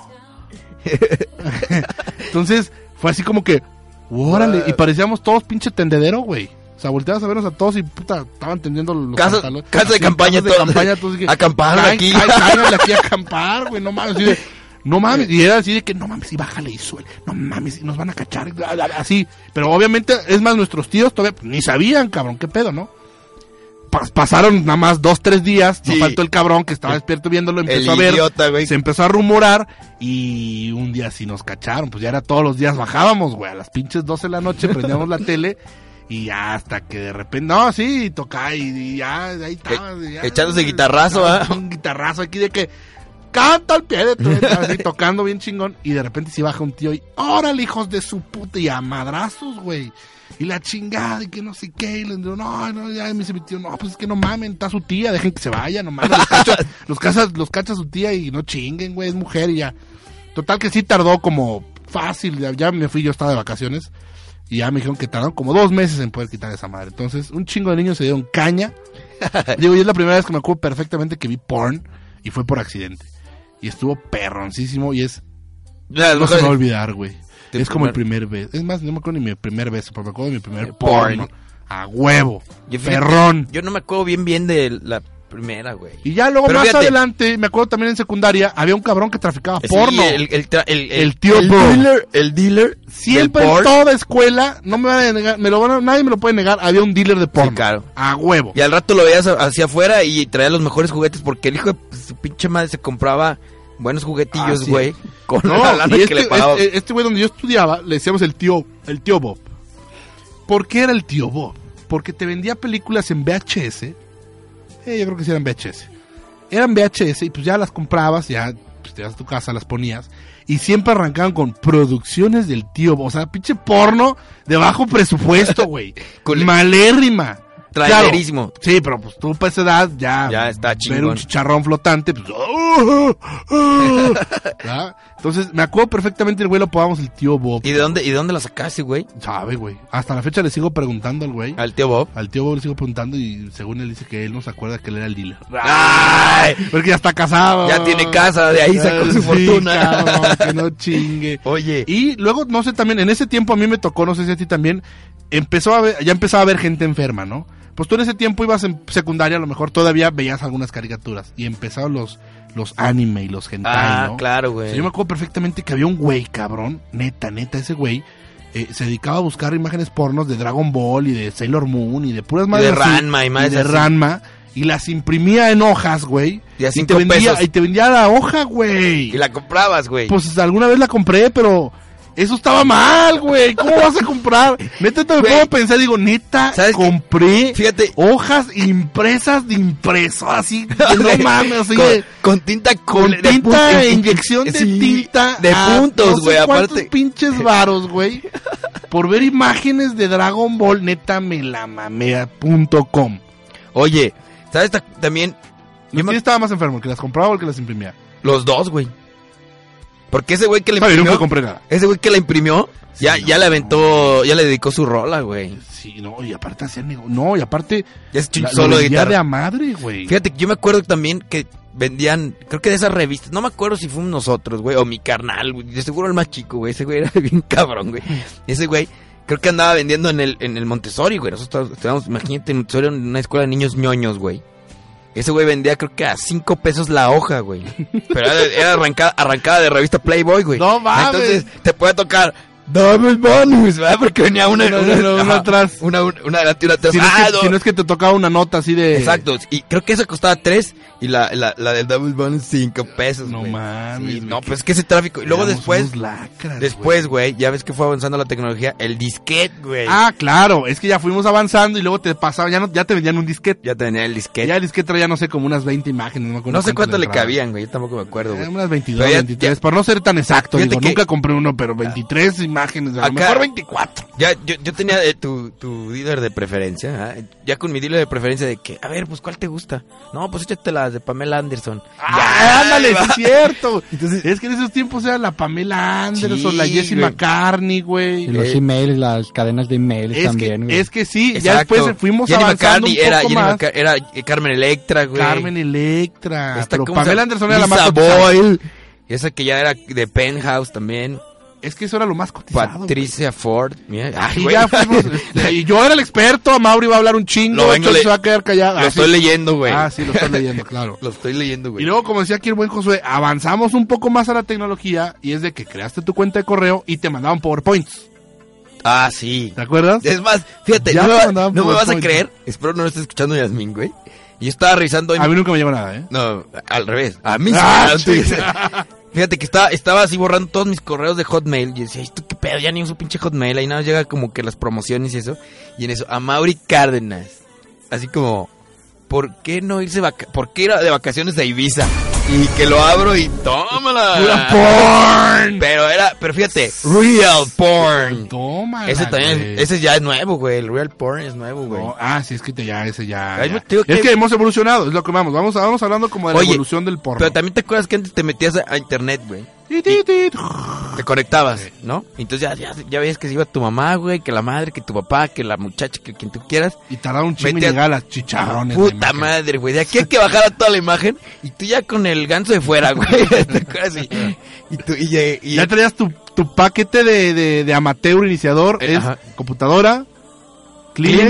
S1: Entonces, fue así como que, órale, y parecíamos todos pinche tendedero, güey. O sea, volteabas a vernos a todos y puta, estaban tendiendo los
S10: Casa-
S1: pantalones.
S10: casa de
S1: Sí,
S10: campaña
S1: casas de
S10: todos.
S1: campaña, todos así que,
S10: Acamparon
S1: "Ay,
S10: aquí".
S1: ay, cáiganle aquí a acampar, güey, no mames. así de, no mames, y era así de que no mames, y bájale y suele, no mames, y nos van a cachar, bla, bla, bla, así. Pero obviamente, es más, nuestros tíos todavía pues, ni sabían, cabrón, qué pedo, ¿no? Pas- pasaron nada más dos, tres días, nos
S10: Sí.
S1: faltó el cabrón que estaba despierto viéndolo, empezó
S10: El
S1: a ver,
S10: idiota,
S1: se empezó a rumorar y un día sí nos cacharon, pues ya era todos los días bajábamos, güey, a las pinches 12 de la noche prendíamos la tele y ya hasta que de repente, no, sí, toca y, y ya, ahí
S10: Eh,
S1: estaba, y ya,
S10: echándose guitarrazo, ¿ah?
S1: un guitarrazo aquí de que canta al pie de todo, así tocando bien chingón y de repente sí baja un tío y órale hijos de su puta y a madrazos, güey. Y la chingada, y que no sé qué, y les digo, no, no, ya y me dice mi tío, no, pues es que no mamen, está su tía, dejen que se vaya, no mames, los cacha, los cacha, los cacha su tía y no chinguen, güey, es mujer y ya. Total que sí tardó como fácil, ya, ya me fui, yo estaba de vacaciones, y ya me dijeron que tardaron como dos meses en poder quitar esa madre. Entonces, un chingo de niños se dieron caña. Eh, Digo, y es la primera vez que me acuerdo perfectamente que vi porn, y fue por accidente. Y estuvo perroncísimo, y es no se me va
S10: Ya,
S1: a
S10: mujeres-
S1: olvidar, güey.
S10: De
S1: Es como el
S10: primer- Eh,
S1: primer beso. Es más, no me acuerdo ni mi primer beso, pero me acuerdo de mi primer
S10: Porn.
S1: porno. A huevo.
S10: Yo fíjate,
S1: Perrón.
S10: Yo no me acuerdo bien bien de la primera, güey.
S1: Y ya luego
S10: Pero
S1: más
S10: fíjate.
S1: adelante, me acuerdo también en secundaria, había un cabrón que traficaba
S10: Sí,
S1: porno.
S10: El, el, tra- el,
S1: El tío bro.
S10: dealer, el dealer.
S1: Siempre
S10: del
S1: en
S10: porn.
S1: toda escuela, no me van a negar, me lo van a- nadie me lo puede negar, había un dealer de porno. A huevo.
S10: Y al rato lo veías a- hacia afuera y traía los mejores juguetes porque el hijo de su pinche madre se compraba buenos juguetillos,
S1: Así
S10: güey.
S1: es.
S10: Con
S1: Ah, No,
S10: la lana
S1: y
S10: que
S1: este,
S10: le pagaba.
S1: Este, este güey donde yo estudiaba, le decíamos el tío, el tío Bob. ¿Por qué era el tío Bob? Porque te vendía películas en VHS. Eh, yo creo que sí eran VHS. Eran VHS y pues ya las comprabas, ya pues, te vas a tu casa, las ponías. Y siempre arrancaban con producciones del tío Bob. O sea, pinche porno de bajo presupuesto, güey.
S10: Con-
S1: Malérrima. Claro,
S10: Trailerismo.
S1: sí, pero pues tú para esa edad ya.
S10: Ya está
S1: Ver
S10: chingón.
S1: un chicharrón flotante, pues. ¡oh! ¡oh! ¿verdad? Entonces, me acuerdo perfectamente el güey lo apodábamos el tío Bob.
S10: ¿Y de dónde, y de dónde la sacaste, güey?
S1: Sabe, güey. Hasta la fecha le sigo preguntando al güey.
S10: Al tío Bob.
S1: Al tío Bob le sigo preguntando y según él dice que él no se acuerda que él era el dealer.
S10: ¡Ay!
S1: Porque ya está casado.
S10: Ya tiene casa, de ahí sacó su
S1: Sí,
S10: fortuna.
S1: cabrón, que no chingue.
S10: Oye.
S1: Y luego, no sé, también, en ese tiempo a mí me tocó, no sé si a ti también, empezó a ver, ya empezaba a haber gente enferma, ¿no? Pues tú en ese tiempo ibas en secundaria, a lo mejor todavía veías algunas caricaturas y empezaron los, los anime y los hentai,
S10: Ah,
S1: ¿no?
S10: claro, güey.
S1: O sea, yo me acuerdo perfectamente que había un güey, cabrón, neta, neta, ese güey, eh, se dedicaba a buscar imágenes pornos de Dragon Ball y de Sailor Moon y de puras
S10: Y
S1: madres
S10: de
S1: así,
S10: Ranma y madres
S1: de
S10: así.
S1: Ranma y las imprimía en hojas, güey.
S10: Y a
S1: te
S10: cinco
S1: vendía,
S10: pesos.
S1: y te vendía la hoja, güey.
S10: Y la comprabas, güey.
S1: Pues alguna vez la compré, pero eso estaba mal, güey. ¿Cómo vas a comprar? Neta, te me
S10: Güey.
S1: puedo pensar, digo, neta,
S10: ¿Sabes qué?
S1: compré
S10: Fíjate.
S1: hojas impresas de impreso, así, de no mames, así
S10: con,
S1: de-
S10: con tinta
S1: con
S10: cul- de
S1: tinta,
S10: pun-
S1: e inyección de
S10: Sí,
S1: tinta.
S10: De
S1: a no
S10: puntos,
S1: sé
S10: güey.
S1: cuántos
S10: aparte.
S1: pinches varos, güey. Por ver imágenes de Dragon Ball, neta, me la mamea.com.
S10: Oye, ¿sabes ta- también?
S1: Yo estaba más enfermo, el que las compraba o el que las imprimía.
S10: Los dos, güey. Porque ese güey que le
S1: Está bien,
S10: imprimió.
S1: nunca compré nada.
S10: Ese güey que la imprimió, ya, ya le aventó, ya le dedicó su rola, güey.
S1: Sí, no, y aparte hacían nego- No, y aparte.
S10: Ya es chin-
S1: la- lo
S10: solo de
S1: vendía
S10: guitarra.
S1: de a madre, güey.
S10: Fíjate que yo me acuerdo también que vendían, creo que de esas revistas, no me acuerdo si fuimos nosotros, güey, o mi carnal, güey, de seguro el más chico, güey, ese güey era bien cabrón, güey. Ese güey, creo que andaba vendiendo en el, en el Montessori, güey. Nosotros estábamos, imagínate, en Montessori en una escuela de niños ñoños, güey. Ese güey vendía creo que a cinco pesos la hoja, güey. Pero era, era arrancada, arrancada de revista Playboy, güey. Ah,
S1: No mames.
S10: Entonces te puede tocar Double Bonus, ¿verdad? Porque venía una,
S1: No, no, no, una
S10: ajá,
S1: atrás.
S10: Una, una, una adelante y una atrás.
S1: Si no, es
S10: Ah,
S1: que,
S10: no.
S1: si no es que te tocaba una nota así de.
S10: Exacto, y creo que esa costaba 3 y la, la, la del Double Bonus 5 pesos. No
S1: mames.
S10: no, pues es que ese tráfico. Y luego
S1: Éramos
S10: después,
S1: unos lacras,
S10: después, güey, ya ves que fue avanzando la tecnología, el disquete, güey.
S1: Ah, claro, es que ya fuimos avanzando y luego te pasaba, ya no, ya te vendían un disquete.
S10: Ya te vendían el disquete.
S1: Ya el disquete traía, no sé, como unas 20 imágenes. No, me acuerdo
S10: no sé cuánto le
S1: entraba.
S10: cabían, güey, yo tampoco me acuerdo, güey.
S1: Eh, unas 22,
S10: Pero ya-
S1: 23, por no ser tan exacto,
S10: Fíjate
S1: digo,
S10: que-
S1: nunca compré uno, pero 23 imágenes imágenes, a lo mejor 24.
S10: Ya, yo, yo tenía eh, tu, tu dealer de preferencia. ¿ah? Ya con mi dealer de preferencia de que, a ver, pues cuál te gusta. No, pues échate las de Pamela Anderson.
S1: ¡Ah, ándale, sí es cierto! es que en esos tiempos era la Pamela Anderson,
S10: Sí,
S1: la Jessie
S10: güey.
S1: McCartney, güey.
S11: Y los
S1: Eh,
S11: emails, las cadenas de emails
S1: es
S11: también,
S1: que,
S11: güey.
S1: es que sí, ya
S10: Exacto.
S1: después fuimos
S10: Jenny
S1: avanzando
S10: McCarthy
S1: un
S10: era,
S1: poco
S10: Jenny
S1: más.
S10: McCarthy era eh, Carmen Electra, güey.
S1: Carmen Electra.
S10: Esta,
S1: pero
S10: ¿cómo se
S1: Pamela
S10: llama?
S1: Anderson era la
S10: Lisa
S1: más
S10: Boyle. Esa que ya era de Penthouse también.
S1: Es que eso era lo más cotizado.
S10: Patricia Ford. Mira, ay,
S1: Y
S10: güey.
S1: Ah, ya fuimos- este, y yo era el experto, Mauri va a hablar un chingo,
S10: Lo vengo
S1: Choc
S10: le-
S1: se va a quedar callado.
S10: Lo estoy leyendo, güey.
S1: Ah, sí, lo estoy leyendo, claro.
S10: Lo estoy leyendo,
S1: Y
S10: güey.
S1: luego, como decía aquí el buen Josué, avanzamos un poco más a la tecnología y es de que creaste tu cuenta de correo y te mandaban PowerPoints.
S10: Ah, sí.
S1: ¿Te acuerdas?
S10: Es más, fíjate,
S1: Ya
S10: no, me
S1: te
S10: va-
S1: mandaban
S10: no me vas a
S1: PowerPoint.
S10: creer. Espero no lo esté escuchando Yasmín, güey. Yo estaba revisando.
S1: A mí nunca me llegó nada, ¿eh?
S10: No, al revés. A mí sí
S1: Ah,
S10: me mandaron
S1: sí.
S10: tuyos. Fíjate que estaba, estaba así borrando todos mis correos de Hotmail. Y decía, ¿esto qué pedo? Ya ni uso pinche Hotmail. Ahí nada más llega como que las promociones y eso. Y en eso, a Mauri Cárdenas. Así como, ¿por qué no irse vaca ¿Por qué ir a- de vacaciones a Ibiza? Y que lo abro y tómala.
S1: Pura porn.
S10: Pero era, pero fíjate, real porn.
S1: Toma.
S10: Ese también, es- ese ya es nuevo, güey. El real porn es nuevo, güey.
S1: ah, sí, es que te- ya, ese ya.
S10: Ay,
S1: ya.
S10: me- digo
S1: Es
S10: que-
S1: que hemos evolucionado, es lo que vamos. Vamos, vamos hablando como de la
S10: Oye,
S1: evolución del porno.
S10: Pero también te acuerdas que antes te metías a, a internet, güey.
S1: Ti, ti, ti.
S10: Te conectabas, ¿no? Entonces ya, ya, ya veías que se iba tu mamá, güey, que la madre, que tu papá, que la muchacha, que quien tú quieras.
S1: Y tardaba un chingo en
S10: Metías-
S1: llegar a las chicharrones. de
S10: Puta
S1: imagen.
S10: madre, güey. De aquí hay que bajara toda la imagen y tú ya con el ganso de fuera, güey. ¿Te acuerdas? Y, y tú, y, eh, y-
S1: Ya traías tu, tu paquete de, de- de amateur iniciador.
S10: Eh,
S1: es
S10: ajá.
S1: computadora, Kleenex,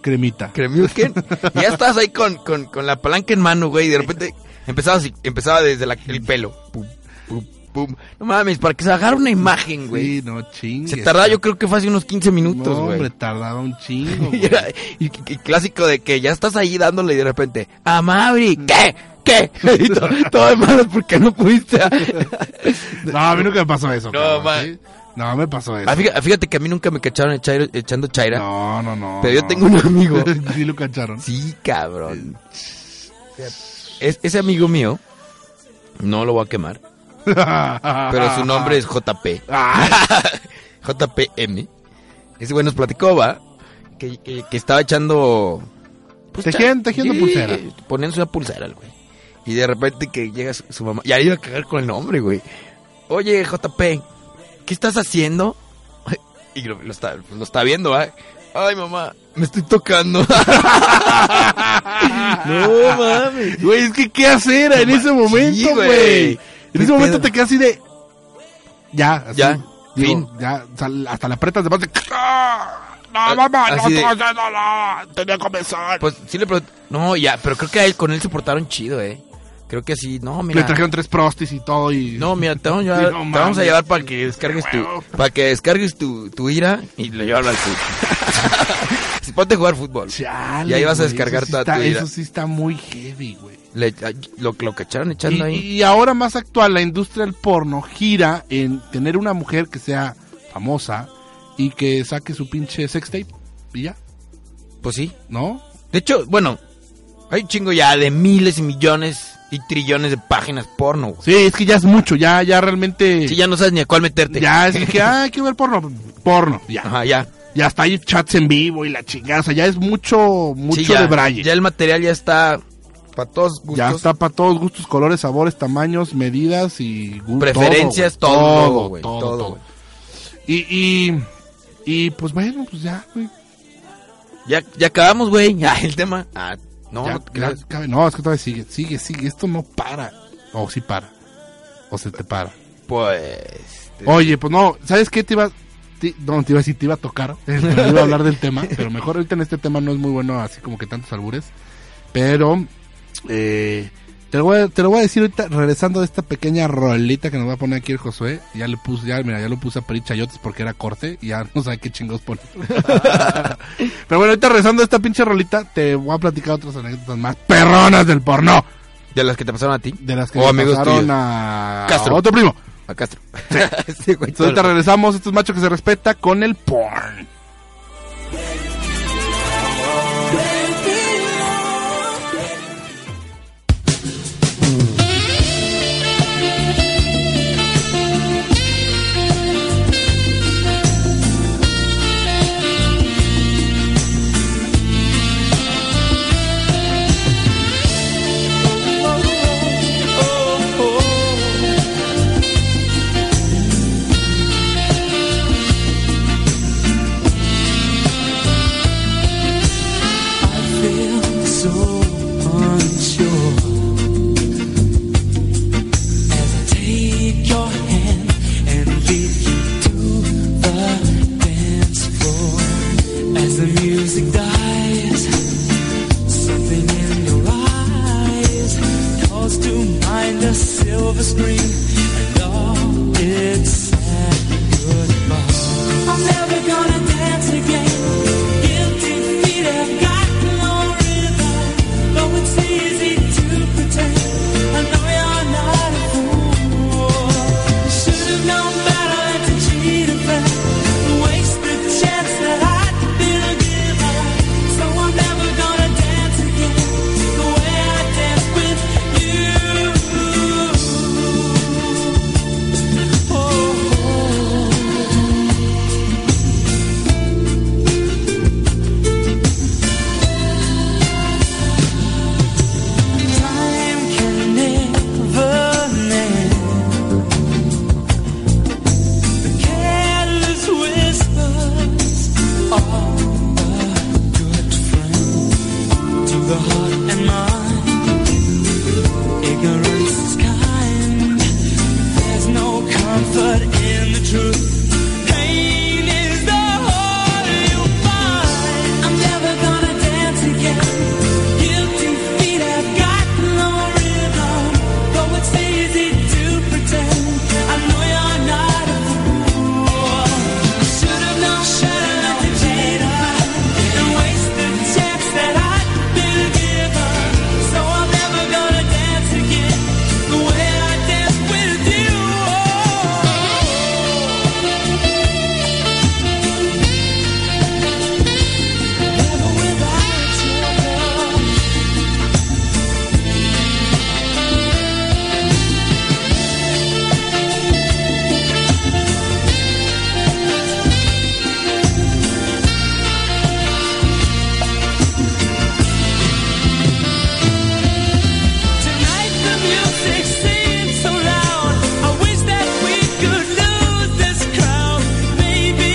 S10: Kleenex.
S1: cremita.
S10: Cremusken. Y ya estabas ahí con, con, con la palanca en mano, güey. Y de repente empezaba así, empezaba desde la- el pelo. Pum, pum, pum. No mames, para que se bajara una imagen, güey.
S1: Sí, no chingues.
S10: se tardaba yo creo que fue hace unos 15 minutos,
S1: No,
S10: güey.
S1: hombre, tardaba un chingo,
S10: Y,
S1: güey.
S10: era- y- y clásico de que ya estás ahí dándole y de repente, a Mauri, ¿qué? ¿Qué? Y to- todo de malas porque no pudiste.
S1: No, a mí nunca me pasó eso.
S10: No,
S1: cabrón,
S10: ma-
S1: ¿sí? No, me pasó eso.
S10: Ah, fíjate, fíjate que a mí nunca me cacharon echairo- echando chaira.
S1: No, no, no.
S10: pero yo
S1: no.
S10: tengo un amigo.
S1: sí, lo cacharon.
S10: Sí, cabrón. Es- ese amigo mío, no lo voy a quemar, pero su nombre es JP.
S1: Ah.
S10: JPM. Ese güey nos platicó, va, que, que- que estaba echando... pues,
S1: Tejiendo-
S10: cha-
S1: tejiendo
S10: sí,
S1: pulsera.
S10: Poniéndose una pulsera al güey. Y de repente que llega su, su mamá... Y ahí iba a cagar con el nombre, güey. Oye, JP, ¿qué estás haciendo? Y lo, lo está, pues, lo está viendo, va. Ay, mamá, me estoy tocando. no mames.
S1: Güey, es que qué hacer en ese
S10: Sí,
S1: momento,
S10: güey.
S1: güey.
S10: ¿Qué
S1: En ese momento
S10: pedo?
S1: te quedas así de. Ya, así.
S10: Ya,
S1: Digo,
S10: fin.
S1: Ya, o sea, hasta la apretas de parte. No, mamá, no,
S10: Ah, así de-
S1: no, no, no, no, tenía que comenzar.
S10: Pues sí le pregunté. No, ya, pero creo que a él, con él se portaron chido, eh. Creo que sí. No, mira.
S1: Le trajeron tres prostis y todo y.
S10: No, mira, te vamos, a llevar-
S1: Sí, no
S10: te
S1: mames.
S10: vamos a llevar para que descargues tu,
S1: Huevo.
S10: para que descargues tu, tu ira y le llevarlo al fútbol. Sí, Ponte a jugar fútbol.
S1: Chale,
S10: y ahí vas a
S1: güey,
S10: descargar
S1: eso sí
S10: toda
S1: está-
S10: tu ira.
S1: Eso sí está muy heavy, güey.
S10: Le- ay, lo, lo cacharon
S1: Y,
S10: echando ahí.
S1: y ahora más actual, la industria del porno gira en tener una mujer que sea famosa y que saque su pinche sextape y ya,
S10: Pues sí.
S1: ¿no?
S10: De hecho, bueno, hay un chingo ya de miles y millones y trillones de páginas porno. güey.
S1: Sí, es que ya es mucho, ya, ya realmente.
S10: Sí, ya no sabes ni a cuál meterte.
S1: Ya, es que, ah, hay que ver porno. Porno, ya.
S10: Ajá, ya.
S1: Ya está ahí chats en vivo y la chingada. O sea, ya es mucho, mucho
S10: Sí, ya.
S1: de braille.
S10: Ya
S1: Ya,
S10: el material ya está para todos gustos.
S1: está para todos gustos, colores, sabores, tamaños, medidas y gu-
S10: Preferencias,
S1: todo,
S10: todo,
S1: güey.
S10: güey,
S1: todo,
S10: todo,
S1: todo.
S10: güey.
S1: Y, y, y, pues bueno, pues ya, güey.
S10: Ya, ya acabamos, güey. Ya, el tema. Ah, no,
S1: Ya-
S10: no te
S1: ya
S10: creas.
S1: cabe- no, es que todavía sigue, sigue, sigue. Esto no para. O sí para. O se te para.
S10: pues. te-
S1: Oye, pues no, ¿sabes qué? Te iba, te- no, te iba a decir, te iba a tocar. eh, pero iba a hablar del tema, pero mejor ahorita en este tema no es muy bueno, así como que tantos albures. Pero, eh, te, lo voy a, te lo voy a decir ahorita, regresando de esta pequeña rolita que nos va a poner aquí el Josué. Ya le puse, ya, mira, ya lo puse a pedir chayotes porque era corte y ya no sabe qué chingos pone. pero bueno, ahorita regresando de esta pinche rolita, te voy a platicar otras anécdotas más perronas del porno.
S10: De las que te pasaron a ti.
S1: De las que
S10: O
S1: le
S10: Oh, amigos
S1: pasaron
S10: tuyos.
S1: a
S10: Castro.
S1: otro primo.
S10: A Castro. Sí, güey,
S1: Entonces, ahorita
S10: todo.
S1: regresamos, estos machos que se respeta con el porn.
S12: Baby, Oh. your heart and mine. Ignorance is kind. There's no comfort in the truth. Pain is the heart you find. I'm never gonna dance again. Guilty feet have got no rhythm. Though it's easy to pretend. I know you're not a fool. Should have known, should have known better. And waste the chance that I've been given. So I'm never gonna dance again the way I danced with you. Never without you, love. Tonight the music seems so loud. I wish that we could lose this crowd. Maybe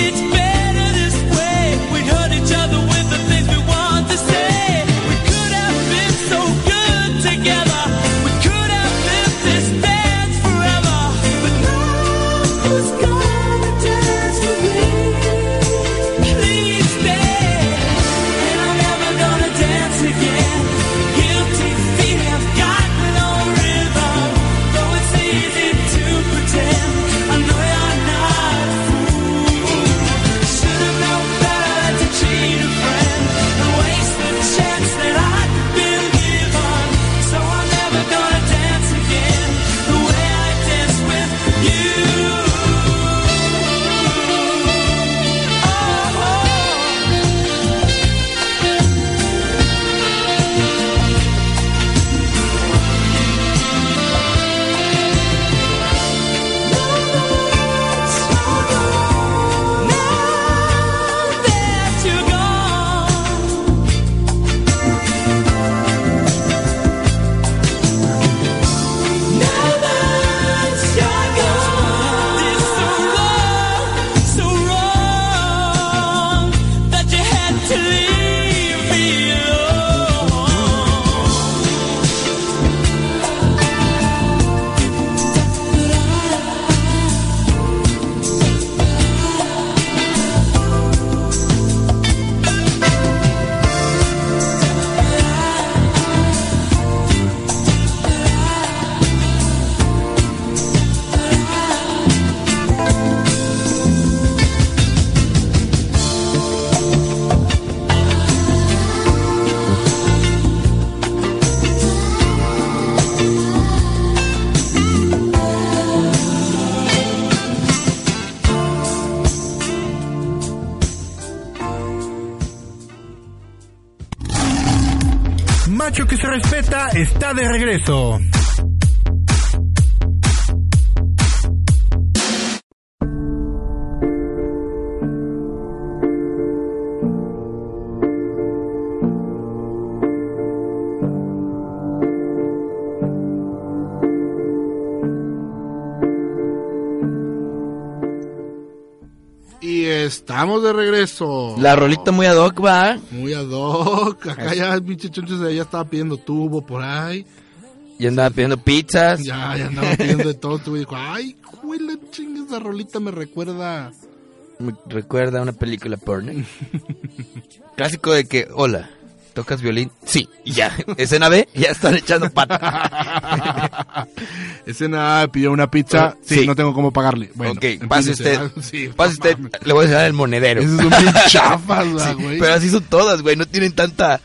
S12: it's better this way. We'd hurt each other with the things we want to say. We could have been so good together. We could have lived this dance forever. But now who's gonna dance with me? Please stay, and I'm never gonna dance again. Guilty feet have got no rhythm. Though it's easy to pretend, I know you're not a fool. Should have known better than to cheat a friend and waste the chance that I'd been given. So I'm never gonna dance again the way I danced with you.
S7: Macho que se respeta está de regreso.
S1: Y estamos de regreso.
S10: La rolita muy ad hoc va.
S1: Muy ad hoc. Acá ya el pinche choncho se- ya estaba pidiendo tubo por ahí.
S10: Y andaba pidiendo pizzas.
S1: Ya, ya andaba pidiendo de todo. tubo y dijo, ay, güey, la chinga, esa rolita me recuerda.
S10: Me recuerda a una película porno. Clásico de que, hola, ¿tocas violín? Sí, y ya. Escena B, ya están echando pata.
S1: Escena, pidió una pizza. Sí,
S10: Sí.
S1: no tengo cómo pagarle. Bueno,
S10: ok,
S1: empínese,
S10: pase usted.
S1: ¿verdad? Sí,
S10: pase usted, le voy a dejar el monedero.
S1: Esas son bien chafas, ¿verdad,
S10: Sí,
S1: güey.
S10: Pero así son todas, güey, no tienen tanta...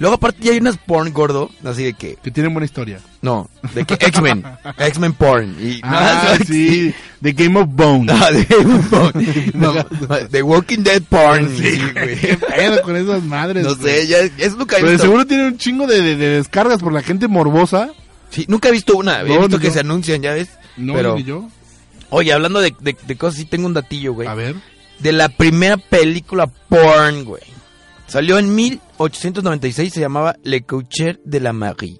S10: Luego aparte ya hay unas porn gordo, así de que...
S1: Que tienen buena historia.
S10: No, de que X-Men, X-Men porn. Y
S1: Ah, sí, The Game of Bones.
S10: Ah, de Game of Bones. No, de Walking Dead porn. Sí, güey.
S1: ¿Qué pedo con esas madres?
S10: No
S1: güey?
S10: sé, ya es nunca he
S1: Pero de
S10: visto.
S1: seguro tienen un chingo de, de- de descargas por la gente morbosa.
S10: Sí, nunca he visto una. He
S1: No,
S10: visto
S1: ni
S10: que
S1: yo.
S10: se anuncian, ya ves.
S1: No,
S10: Pero-
S1: ni yo.
S10: Oye, hablando de, de- de cosas, sí tengo un datillo, güey. A
S1: ver.
S10: De la primera película porn, güey. Salió en 1896, se llamaba Le Coucher de la Marie.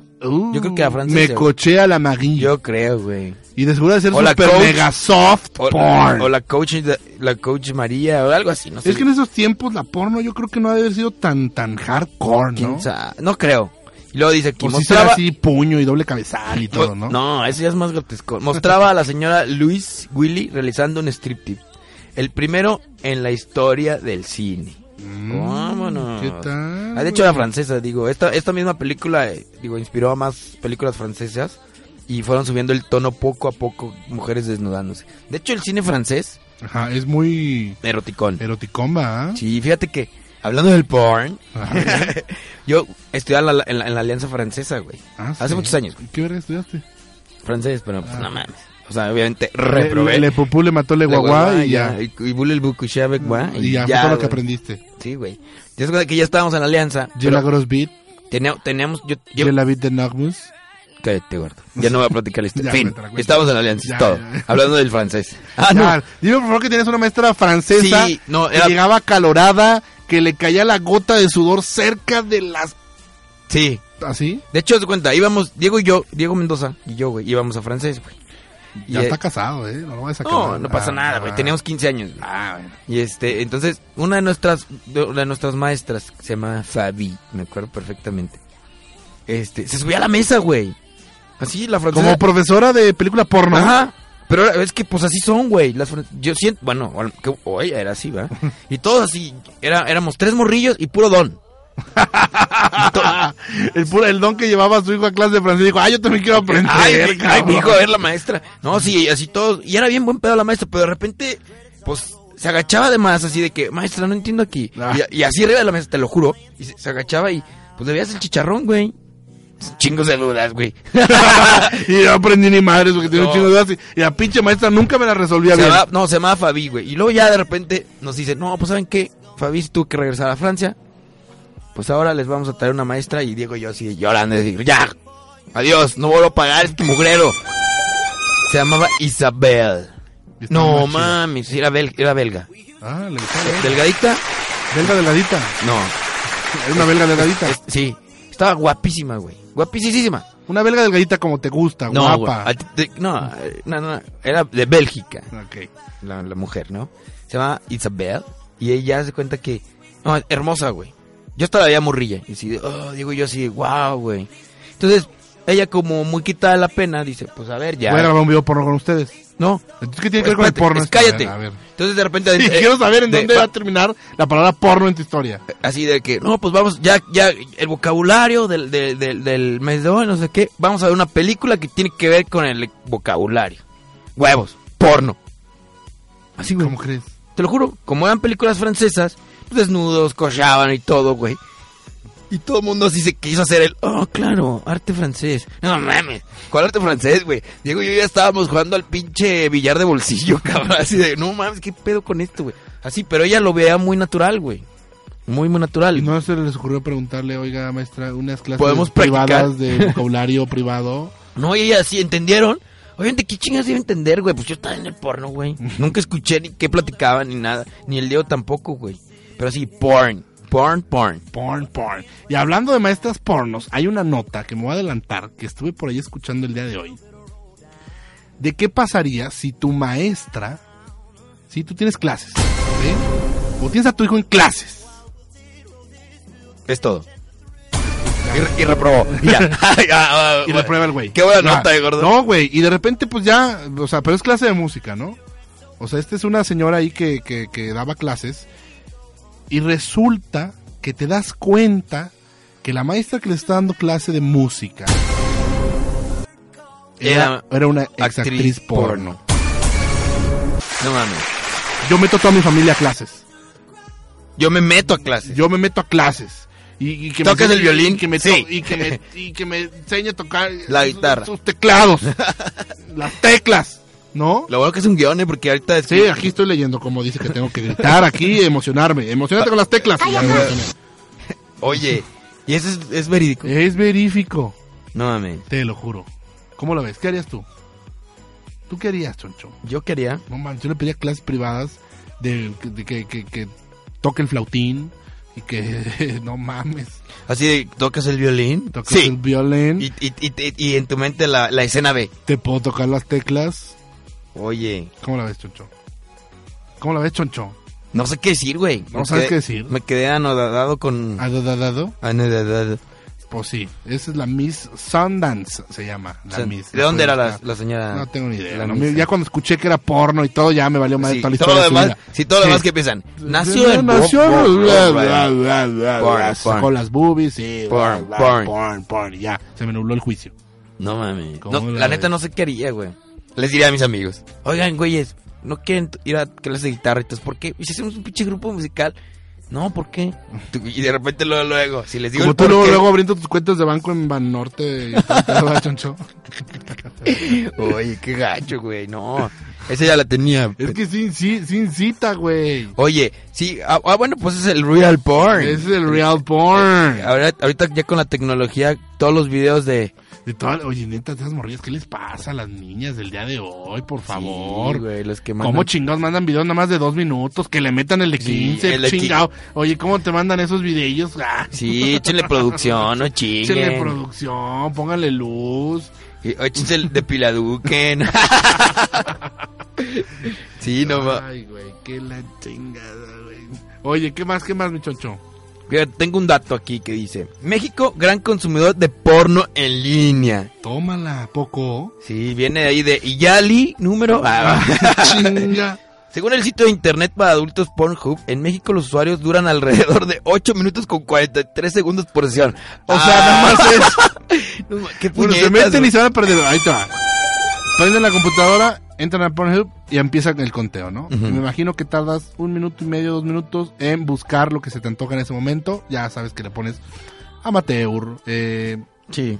S10: Yo creo que a Francia.
S1: Me
S10: se-
S1: coché a la Maguilla.
S10: Yo creo, güey.
S1: Y de seguro de ser
S10: O la
S1: super
S10: coach.
S1: mega soft
S10: O,
S1: porn.
S10: o la coach, la coach María o algo así, no sé.
S1: es que en esos tiempos la porno yo creo que no ha de haber sido tan, tan hardcore, ¿no?
S10: ¿Quién sabe? No creo. Y luego dice que
S1: Pues sí será
S10: mostraba... Pues,
S1: así puño y doble cabezal y todo, ¿no?
S10: No, eso ya es más grotesco. Mostraba a la señora Luis Willy realizando un striptease. El primero en la historia del cine. Vámonos.
S1: Mm, ¿qué tal,
S10: Ah, de hecho, la
S1: güey?
S10: francesa, digo. Esta, esta misma película, eh, digo, inspiró a más películas francesas. Y fueron subiendo el tono poco a poco, mujeres desnudándose. De hecho, el cine francés.
S1: Ajá, es muy. ¿ah?
S10: Eroticón.
S1: Eroticón, va.
S10: Sí, fíjate que. Hablando del porn. yo estudiaba en la- en la, en la Alianza Francesa, güey. Hace
S1: Ah, sí.
S10: muchos años, güey.
S1: ¿Qué hora estudiaste?
S10: Francés, pero pues
S1: Ah.
S10: no mames. O sea, obviamente reprobé.
S1: Le, le popú le mató le guaguá y ya. Mm,
S10: Y, y bule el bucushá, becuá,
S1: Y ya, fue todo lo que
S10: güey.
S1: aprendiste.
S10: Sí, güey. Ya es cosa que ya estábamos en la alianza.
S1: Yo la
S10: pero
S1: Grosbeat,
S10: tenía- Teníamos, yo, yo-
S1: yo la beat de Nagmus.
S10: Cállate, gordo. Ya no voy a platicar la historia.
S1: Ya,
S10: fin,
S1: cuéntala, cuéntala.
S10: estábamos en la alianza,
S1: Ya,
S10: todo.
S1: ya.
S10: Hablando del francés.
S1: Ah, no. Dime por favor que tienes una maestra francesa
S10: Sí, no,
S1: que
S10: era-
S1: llegaba calorada, que le caía la gota de sudor cerca de las...
S10: Sí.
S1: ¿Así?
S10: De hecho, haz de cuenta, íbamos, Diego y yo, Diego Mendoza y yo, güey, íbamos a francés, güey. Y,
S1: Ya
S10: eh,
S1: está casado, ¿eh? No lo vayas a
S10: No,
S1: quemar.
S10: no pasa
S1: Ah,
S10: nada, güey.
S1: ah.
S10: Teníamos 15 años. Y este, entonces, una de nuestras, de una de nuestras maestras, que se llama Fabi, me acuerdo perfectamente. Este, se subía a la mesa, güey. Así, la francesa.
S1: Como profesora de película porno.
S10: Ajá. Pero era- es que, pues así son, güey. Las fran- yo siento, bueno, bueno, que, o ella era así, ¿verdad? Y todos así, era, éramos tres morrillos y puro don.
S1: El, puro, el don que llevaba a su hijo a clase de francés dijo, ay, yo también quiero aprender.
S10: Ay, mi- ay,
S1: cabrón".
S10: mi hijo, a ver la maestra. No, sí, así todos. Y era bien buen pedo la maestra, pero de repente, pues, se agachaba de más, así de que, maestra, no entiendo aquí.
S1: Ah.
S10: Y, y así arriba de la mesa, te lo juro. Y se, se agachaba y, pues, le veías el chicharrón, güey. Chingos de dudas, güey.
S1: y yo aprendí ni madre, porque tenía
S10: No.
S1: un chingo de edad. Y la pinche maestra nunca me la resolvía
S10: Se
S1: bien.
S10: llamaba- no, se llamaba Fabi, güey. Y luego ya de repente nos dice, no, pues saben qué, Fabi se tuvo que regresar a Francia. Pues ahora les vamos a traer una maestra y Diego y yo así llorando y decir, ya, adiós, no vuelvo a pagar este mugrero. Se llamaba Isabel. No
S1: más chida.
S10: mames, era, bel- era belga.
S1: Ah, le
S10: ¿Delgadita?
S1: Belga delgadita.
S10: No.
S1: Era una belga delgadita.
S10: Es- Sí, estaba guapísima, güey. Guapísima.
S1: Una belga delgadita como te gusta,
S10: No,
S1: guapa.
S10: güey, a ti te- no, eh, no, no, era de Bélgica.
S1: Ok.
S10: La, la mujer, ¿no? Se llama Isabel. Y ella se cuenta que. No, hermosa, güey. Yo estaba ya morrilla. Y así, oh, digo yo así, wow, güey. Entonces, ella como muy quitada la pena, dice, pues a ver, ya.
S1: Voy a grabar un video porno con ustedes.
S10: No.
S1: Entonces, ¿qué tiene que ver con el
S10: Espérate,
S1: porno? este,
S10: es- cállate.
S1: A ver.
S10: Entonces, de repente.
S1: Y
S10: eh,
S1: quiero saber en
S10: de-
S1: dónde va a terminar la palabra porno en tu historia.
S10: Así de que, no, pues vamos, ya, ya, el vocabulario del, del, del, del mes de hoy, no sé qué, vamos a ver una película que tiene que ver con el vocabulario. Huevos, porno. Así, güey.
S1: ¿Cómo crees?
S10: Te lo juro, como eran películas francesas, pues, desnudos, cochaban y todo, güey. Y todo el mundo así se quiso hacer el, oh, claro, arte francés. No mames, ¿cuál arte francés, güey? Diego y yo ya estábamos jugando al pinche billar de bolsillo, cabrón. Así de, no mames, ¿qué pedo con esto, güey? Así, pero ella lo veía muy natural, güey. Muy, muy natural.
S1: No se les ocurrió preguntarle, oiga, maestra, unas clases
S10: Podemos
S1: privadas
S10: practicar.
S1: de vocabulario privado.
S10: No, y ella sí, ¿entendieron? Obviamente, ¿qué chingas iba a entender, güey? Pues yo estaba en el porno, güey. Nunca escuché ni qué platicaban ni nada. Ni el Diego tampoco, güey. Pero sí, porn. Porn, porn.
S1: Porn, porn. Y hablando de maestras pornos, hay una nota que me voy a adelantar que estuve por ahí escuchando el día de hoy. ¿De qué pasaría si tu maestra, si tú tienes clases, ¿ok? o tienes a tu hijo en clases?
S10: Es todo. Y, y reprobó. Y ya.
S1: y reprueba el güey.
S10: Qué buena
S1: Ya.
S10: nota, eh, gordo.
S1: No, güey. Y de repente, pues ya, o sea, pero es clase de música, ¿no? O sea, esta es una señora ahí que, que, que daba clases. Y resulta que te das cuenta que la maestra que le está dando clase de música era, era una exactriz
S10: actriz
S1: porno.
S10: No mames.
S1: Yo meto toda mi familia a clases.
S10: Yo me meto a clases.
S1: Yo me meto a clases. Y, y que me
S10: ¿Tocas
S1: enseñe-
S10: el violín?
S1: y que me, to-
S10: Sí.
S1: y que me, y que me enseñe a tocar
S10: La guitarra.
S1: sus teclados, las teclas, ¿no?
S10: Lo bueno que es un guión, ¿eh? Porque ahorita es
S1: Sí, aquí estoy leyendo como dice que tengo que gritar aquí, emocionarme. Emocionate con las teclas. Y ya me emocioné.
S10: Oye, y eso es, es verídico.
S1: Es verífico,
S10: No mames.
S1: te lo juro. ¿Cómo lo ves? ¿Qué harías tú? ¿Tú qué harías, choncho?
S10: Yo quería.
S1: No manches, yo le pedía clases privadas de, de que, que- que toque el flautín, y que no mames.
S10: Así de, ¿tocas el violín?
S1: Tocas el violín.
S10: Y, y- y- y- y en tu mente la, la escena B.
S1: Te puedo tocar las teclas.
S10: Oye.
S1: ¿Cómo la ves, Choncho? ¿Cómo la ves, Choncho?
S10: No sé qué decir, güey.
S1: No
S10: Me
S1: sabes
S10: quedé-
S1: qué decir.
S10: Me quedé anodadado con...
S1: ¿Anodadado?
S10: Anodadado.
S1: Pues sí, esa es la Miss Sundance, se llama. La
S10: Sun-
S1: Miss.
S10: ¿De dónde era la,
S1: Está-
S10: la señora?
S1: No tengo ni idea.
S10: La
S1: no,
S10: Miss.
S1: ya cuando escuché que era porno y todo, ya me valió más
S10: Sí,
S1: toda la
S10: todo lo
S1: historia. de su
S10: demás,
S1: vida.
S10: sí, todo lo
S1: Sí.
S10: demás que piensan. Nació
S1: Nació
S10: en...
S1: en- bla, bla,
S10: Porn,
S1: bla, bla, bla,
S10: porn.
S1: Con las boobies, sí. bla,
S10: Porn,
S1: bla,
S10: porn.
S1: porn, porn, Ya, se me nubló el juicio.
S10: No mames.
S1: ¿Cómo
S10: No,
S1: la
S10: la,
S1: ves?
S10: neta no sé qué haría, güey. Les diría a mis amigos. Oigan, güeyes, no quieren t- ir a clases de guitarra. Entonces, ¿por qué? ¿Y si hacemos un pinche grupo musical? No, ¿por qué? Tú- Y de repente luego, luego, si les digo
S1: Como
S10: el
S1: tú
S10: por
S1: luego,
S10: qué-
S1: luego abriendo tus cuentas de banco en Banorte. y todo, ¿verdad, Choncho?
S10: Oye, qué gacho, güey, no. Esa ya la tenía.
S1: Es que sin, sí, sin cita, güey.
S10: Oye, sí, ah, ah, bueno, pues es el real porn.
S1: Ese Es el real porn.
S10: Ahora, ahorita ya con la tecnología, todos los videos de...
S1: De toda, oye, neta, esas morrillas, ¿qué les pasa a las niñas del día de hoy, por favor?
S10: Sí, güey, los que mandan-
S1: ¿Cómo chingados mandan videos nada más de dos minutos? Que le metan el de
S10: Sí,
S1: 15,
S10: el de
S1: chingado. Oye, ¿cómo te mandan esos videillos? Ah,
S10: Sí, échenle producción, no chinguen.
S1: échenle producción, pónganle luz.
S10: Y échense el depiladuquen. sí, no va.
S1: Ay, güey, qué la chingada, güey. Oye, ¿qué más, qué más, mi choncho?
S10: Fíjate, Tengo un dato aquí que dice: México, gran consumidor de porno en línea.
S1: Tómala, poco.
S10: Sí, viene de ahí de Iyali, número. Ah,
S1: Chinga.
S10: Según el sitio de internet para adultos Pornhub, en México los usuarios duran alrededor de 8 minutos con 43 segundos por sesión. Ah.
S1: O sea, nada más es.
S10: No, ma- qué
S1: Bueno, se
S10: puñetas,
S1: meten
S10: güey.
S1: y se van a perder. Ahí te va. Prenden la computadora, entran a Pornhub y empiezan el conteo, ¿no?
S10: Ujú.
S1: Me imagino que tardas un minuto y medio, dos minutos en buscar lo que se te antoja en ese momento. Ya sabes que le pones amateur, eh,
S10: sí.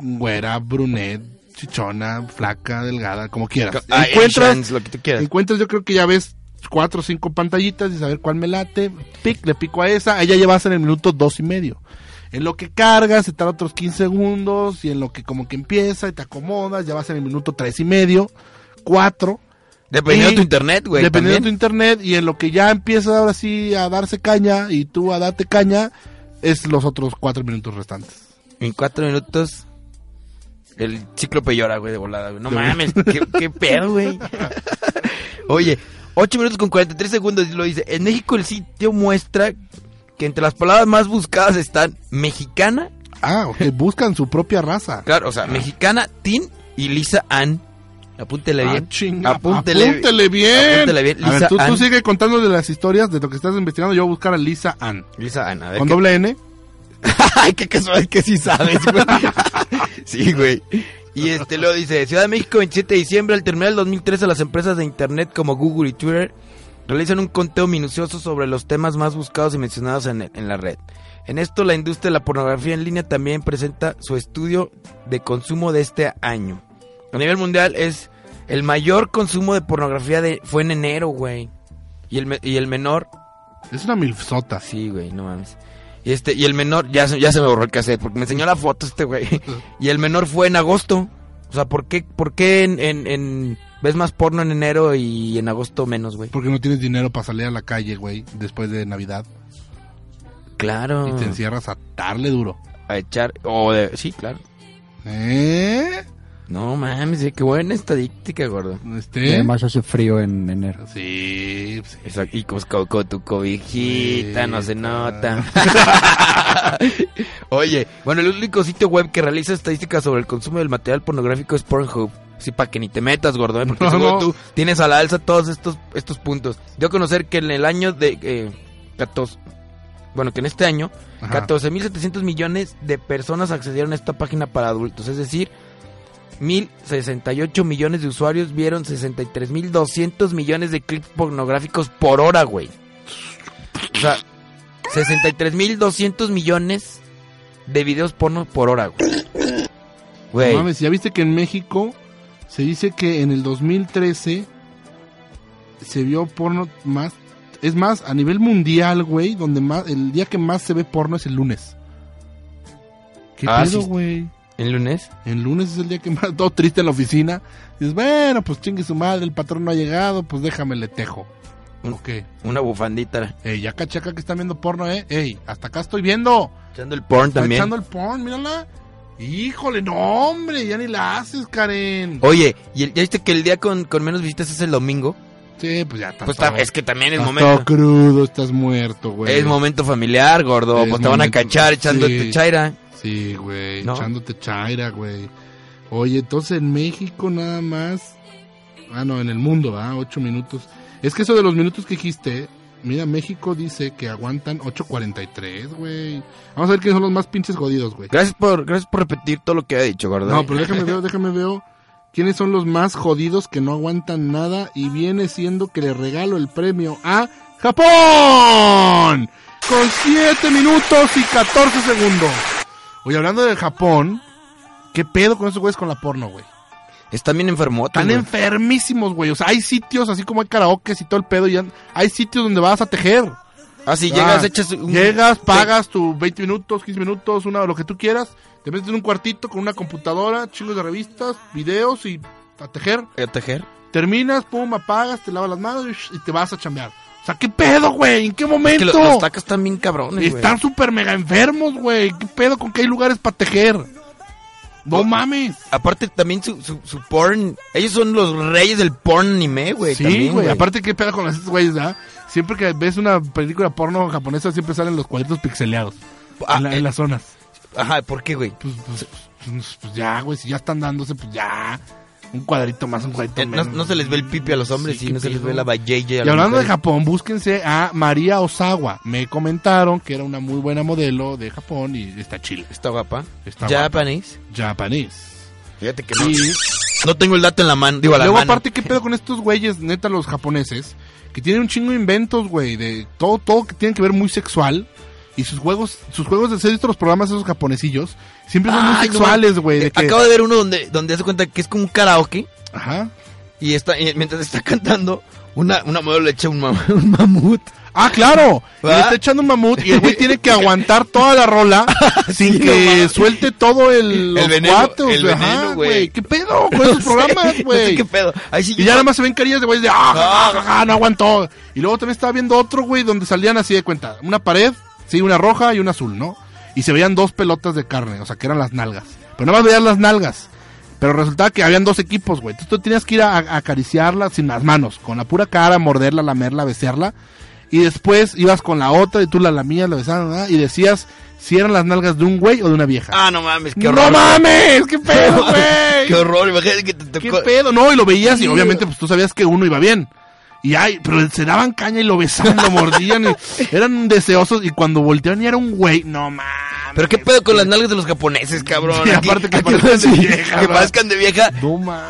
S1: güera, brunet, chichona, flaca, delgada, como quieras.
S10: Ah,
S1: encuentras,
S10: Asians, lo que tú quieras.
S1: encuentras, yo creo que ya ves cuatro o cinco pantallitas y saber cuál me late. Pic, le pico a esa. Ahí ya llevas en el minuto dos y medio. En lo que cargas, se tarda otros 15 segundos y en lo que como que empieza y te acomodas, ya vas en el minuto tres y medio, cuatro.
S10: Dependiendo
S1: Y-
S10: de tu internet, güey.
S1: Dependiendo
S10: también.
S1: de tu internet y en lo que ya empieza ahora sí a darse caña y tú a darte caña, es los otros cuatro minutos restantes.
S10: En cuatro minutos, el cíclope llora, güey, de volada, güey. No
S1: De
S10: mames, qué, qué pedo, güey. Oye, 8 minutos con 43 segundos lo dice. En México el sitio muestra que entre las palabras más buscadas están mexicana,
S1: Ah, ok, buscan su propia raza.
S10: claro, o sea, mexicana, Tin y Lisa Ann. Apúntele
S1: Ah,
S10: bien.
S1: chinga,
S10: apúntele,
S1: apúntele bien.
S10: Apúntele bien.
S1: A
S10: Lisa
S1: ver, tú, tú
S10: Ann.
S1: sigue contando de las historias de lo que estás investigando. Yo voy a buscar a Lisa Ann.
S10: Lisa Ann, a ver.
S1: Con
S10: qué-
S1: doble N.
S10: Ay, qué casual que sí sabes, güey. sí, güey. Y este lo dice, Ciudad de México, 27 de diciembre, al terminar el 2013, las empresas de Internet como Google y Twitter realizan un conteo minucioso sobre los temas más buscados y mencionados en, en la red. En esto, la industria de la pornografía en línea también presenta su estudio de consumo de este año. A nivel mundial es el mayor consumo de pornografía de, fue en enero, güey. Y el, me- y el menor
S1: Es una milfsota.
S10: Sí, güey, no mames. Y este, y el menor, ya, se- ya se me borró el cassette, porque me enseñó la foto este güey. Y el menor fue en agosto. O sea, ¿por qué, por qué en, en- en- ves más porno en enero y en agosto menos, güey?
S1: Porque no tienes dinero para salir a la calle, güey, después de Navidad.
S10: Claro.
S1: Y
S11: Ah.
S1: te encierras a darle duro.
S10: A echar, o de- sí, claro.
S1: ¿Eh?
S10: No mames, eh, qué buena estadística, gordo.
S1: Este.
S11: Además hace frío en enero.
S1: Sí, sí.
S10: Exacto, Y pues co- con tu cobijita, no se nota. Oye, bueno, el único sitio web que realiza estadísticas sobre el consumo del material pornográfico es Pornhub. Sí, para que ni te metas, gordo, ¿eh? porque
S1: No,
S10: seguro
S1: no.
S10: tú tienes a la alza todos estos, estos puntos. Yo conocer que en el año de... eh, 14, bueno, que en este año,
S1: Ajá.
S10: 14.700 millones de personas accedieron a esta página para adultos. Es decir, 1.068 millones de usuarios vieron 63.200 millones de clips pornográficos por hora, güey. O sea, 63.200 millones de videos porno por hora, güey. Güey.
S1: No mames, ya viste que en México se dice que en el 2013 se vio porno más. Es más, a nivel mundial, güey, donde más. El día que más se ve porno es el lunes. ¿Qué
S10: Ah,
S1: pedo,
S10: sí.
S1: güey?
S10: ¿El lunes?
S1: El lunes es el día que más. Todo triste en la oficina. Dices, bueno, pues chingue su madre, el patrón no ha llegado, pues déjame le tejo.
S10: Un- Una bufandita.
S1: Ey, ya caché acá que están viendo porno, ¿eh? Ey, hasta acá estoy viendo.
S10: Echando el porn
S1: Está
S10: también.
S1: echando el porn, mírala. Híjole, no, hombre, ya ni la haces, Karen.
S10: Oye, ¿y el- ¿ya viste que el día con, con menos visitas es el domingo?
S1: Sí, pues ya está.
S10: Pues
S1: todo-
S10: ta- es que también es
S1: estás
S10: momento.
S1: todo crudo, estás muerto, güey.
S10: Es momento familiar, gordo.
S1: Pues, Es
S10: pues te van a
S1: momento-
S10: cachar echándote
S1: Sí.
S10: chaira.
S1: Sí, güey,
S10: ¿No?
S1: echándote chaira, güey. Oye, entonces en México nada más. Ah, no, en el mundo, ¿ah? Ocho minutos. Es que eso de los minutos que dijiste, mira, México dice que aguantan 8.43, güey. Vamos a ver quiénes son los más pinches jodidos, güey.
S10: Gracias por, gracias por repetir todo lo que ha dicho, gordo.
S1: No, pero déjame ver, déjame ver. ¿Quiénes son los más jodidos que no aguantan nada? Y viene siendo que le regalo el premio a Japón. Con 7 minutos y 14 segundos. Oye, hablando de Japón, ¿qué pedo con esos güeyes con la porno, güey?
S10: Están bien enfermotes.
S1: Están
S10: güey.
S1: enfermísimos, güey. O sea, hay sitios, así como hay karaokes y todo el pedo, y an- hay sitios donde vas a tejer.
S10: Ah, sí, llegas, echas un-
S1: Llegas, pagas tus 20 minutos, 15 minutos, una, lo que tú quieras. Te metes en un cuartito con una computadora, chingos de revistas, videos y a tejer.
S10: A tejer.
S1: Terminas, pum, apagas, te lavas las manos y te vas a chambear. O sea, ¿qué pedo, güey? ¿En qué
S10: Es que
S1: momento?
S10: lo- los tacos están bien cabrones, güey.
S1: Están súper mega enfermos, güey. ¿Qué pedo con que hay lugares para tejer?
S10: Pues,
S1: No mames.
S10: Aparte, también su, su, su porn. Ellos son los reyes del porn anime, güey.
S1: Sí,
S10: también,
S1: güey. Aparte, ¿qué pedo con las güeyes, ah? Siempre que ves una película porno japonesa, siempre salen los cuadritos pixeleados.
S10: Ah,
S1: en, la- en las zonas.
S10: eh, Ajá, ¿por qué, güey?
S1: Pues, pues, pues, pues ya, güey. Si ya están dándose, pues ya. Un cuadrito más, un cuadrito
S10: Eh, no,
S1: menos.
S10: no se les ve el pipi a los hombres y no se les ve la
S1: Y
S10: vallella.
S1: hablando de Japón, búsquense a María Osawa. Me comentaron que era una muy buena modelo de Japón y está chile.
S10: Está guapa.
S1: Está
S10: Japanese.
S1: Japanese.
S10: Fíjate que no. No tengo el dato en la mano. Digo, a la
S1: Luego,
S10: mano.
S1: aparte, ¿qué pedo con estos güeyes, neta, los japoneses? Que tienen un chingo de inventos, güey, de todo, todo que tiene que ver muy sexual. Y sus juegos, sus juegos de series, los programas esos japonesillos, siempre son muy
S10: Ay, no,
S1: sexuales, güey.
S10: eh,
S1: de que-
S10: Acabo de ver uno donde, donde hace cuenta que es como un karaoke.
S1: Ajá.
S10: Y está, y mientras está cantando, una, una modelo le echa un, mam- un mamut.
S1: Ah, claro. Y le
S10: ¿Va?
S1: está echando un mamut y el güey tiene que aguantar toda la rola sin que suelte todo el, los
S10: el veneno,
S1: cuatos,
S10: el
S1: güey. Ajá,
S10: veneno, güey.
S1: ¿Qué pedo con esos
S10: No sé,
S1: programas,
S10: no sé
S1: güey?
S10: qué pedo. Ahí sí
S1: y ya nada más se ven carillas de güeyes de, ah, ja, ja, ja, no aguantó. Y luego también estaba viendo otro, güey, donde salían así de cuenta. Una pared, sí, una roja y una azul, ¿no? Y se veían dos pelotas de carne, o sea, que eran las nalgas. Pero nada más veías las nalgas. Pero resultaba que habían dos equipos, güey. Entonces tú tenías que ir a, a acariciarla sin las manos, con la pura cara, morderla, lamerla, besarla. Y después ibas con la otra y tú la lamías, la besabas, ¿verdad? y decías si eran las nalgas de un güey o de una vieja.
S10: Ah, no mames, qué
S1: ¡No
S10: horror.
S1: mames! ¡Qué pedo, güey!
S10: ¡Qué horror! Imagínate que te
S1: ¿Qué
S10: tocó.
S1: pedo? No, y lo veías y obviamente pues tú sabías que uno iba bien. Y ay, pero se daban caña y lo besaban, lo mordían, y eran deseosos y cuando volteaban y era un güey, no mames.
S10: Pero qué pedo con las nalgas de los japoneses, cabrón.
S1: Sí,
S10: Aquí-
S1: aparte que
S10: aquí
S1: parezcan de
S10: parece-
S1: vieja,
S10: que
S1: ¿verdad?
S10: parezcan de vieja.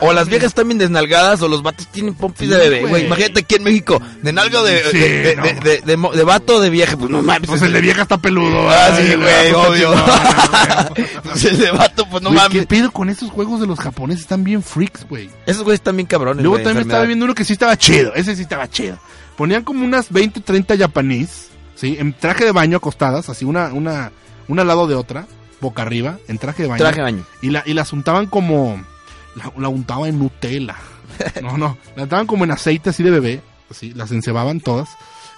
S10: o las viejas están bien desnalgadas o los vatos tienen pompis de bebé,
S1: güey.
S10: güey. Imagínate aquí en México, de nalga o de,
S1: Sí,
S10: de, de-
S1: no.
S10: de- de- de mo- de vato o de vieja. Pues no mames.
S1: Pues el de vieja está peludo.
S10: Ah,
S1: ay,
S10: sí, güey,
S1: la puta
S10: obvio.
S1: chingada, güey.
S10: Pues el de vato, pues no
S1: Güey,
S10: mames.
S1: ¿Qué pedo con esos juegos de los japoneses? Están bien freaks, güey.
S10: Esos güeyes están bien cabrones.
S1: Luego
S10: güey,
S1: también
S10: enfermedad.
S1: estaba viendo uno que sí estaba chido. Ese sí estaba chido. Ponían como unas 20, 30 japonís, ¿sí? En traje de baño acostadas, así una, una, una al lado de otra, boca arriba, en traje de baño.
S10: Traje de baño.
S1: Y la, y las untaban como. La, la untaba en Nutella. No, no. La untaban como en aceite así de bebé. Así, las encebaban todas.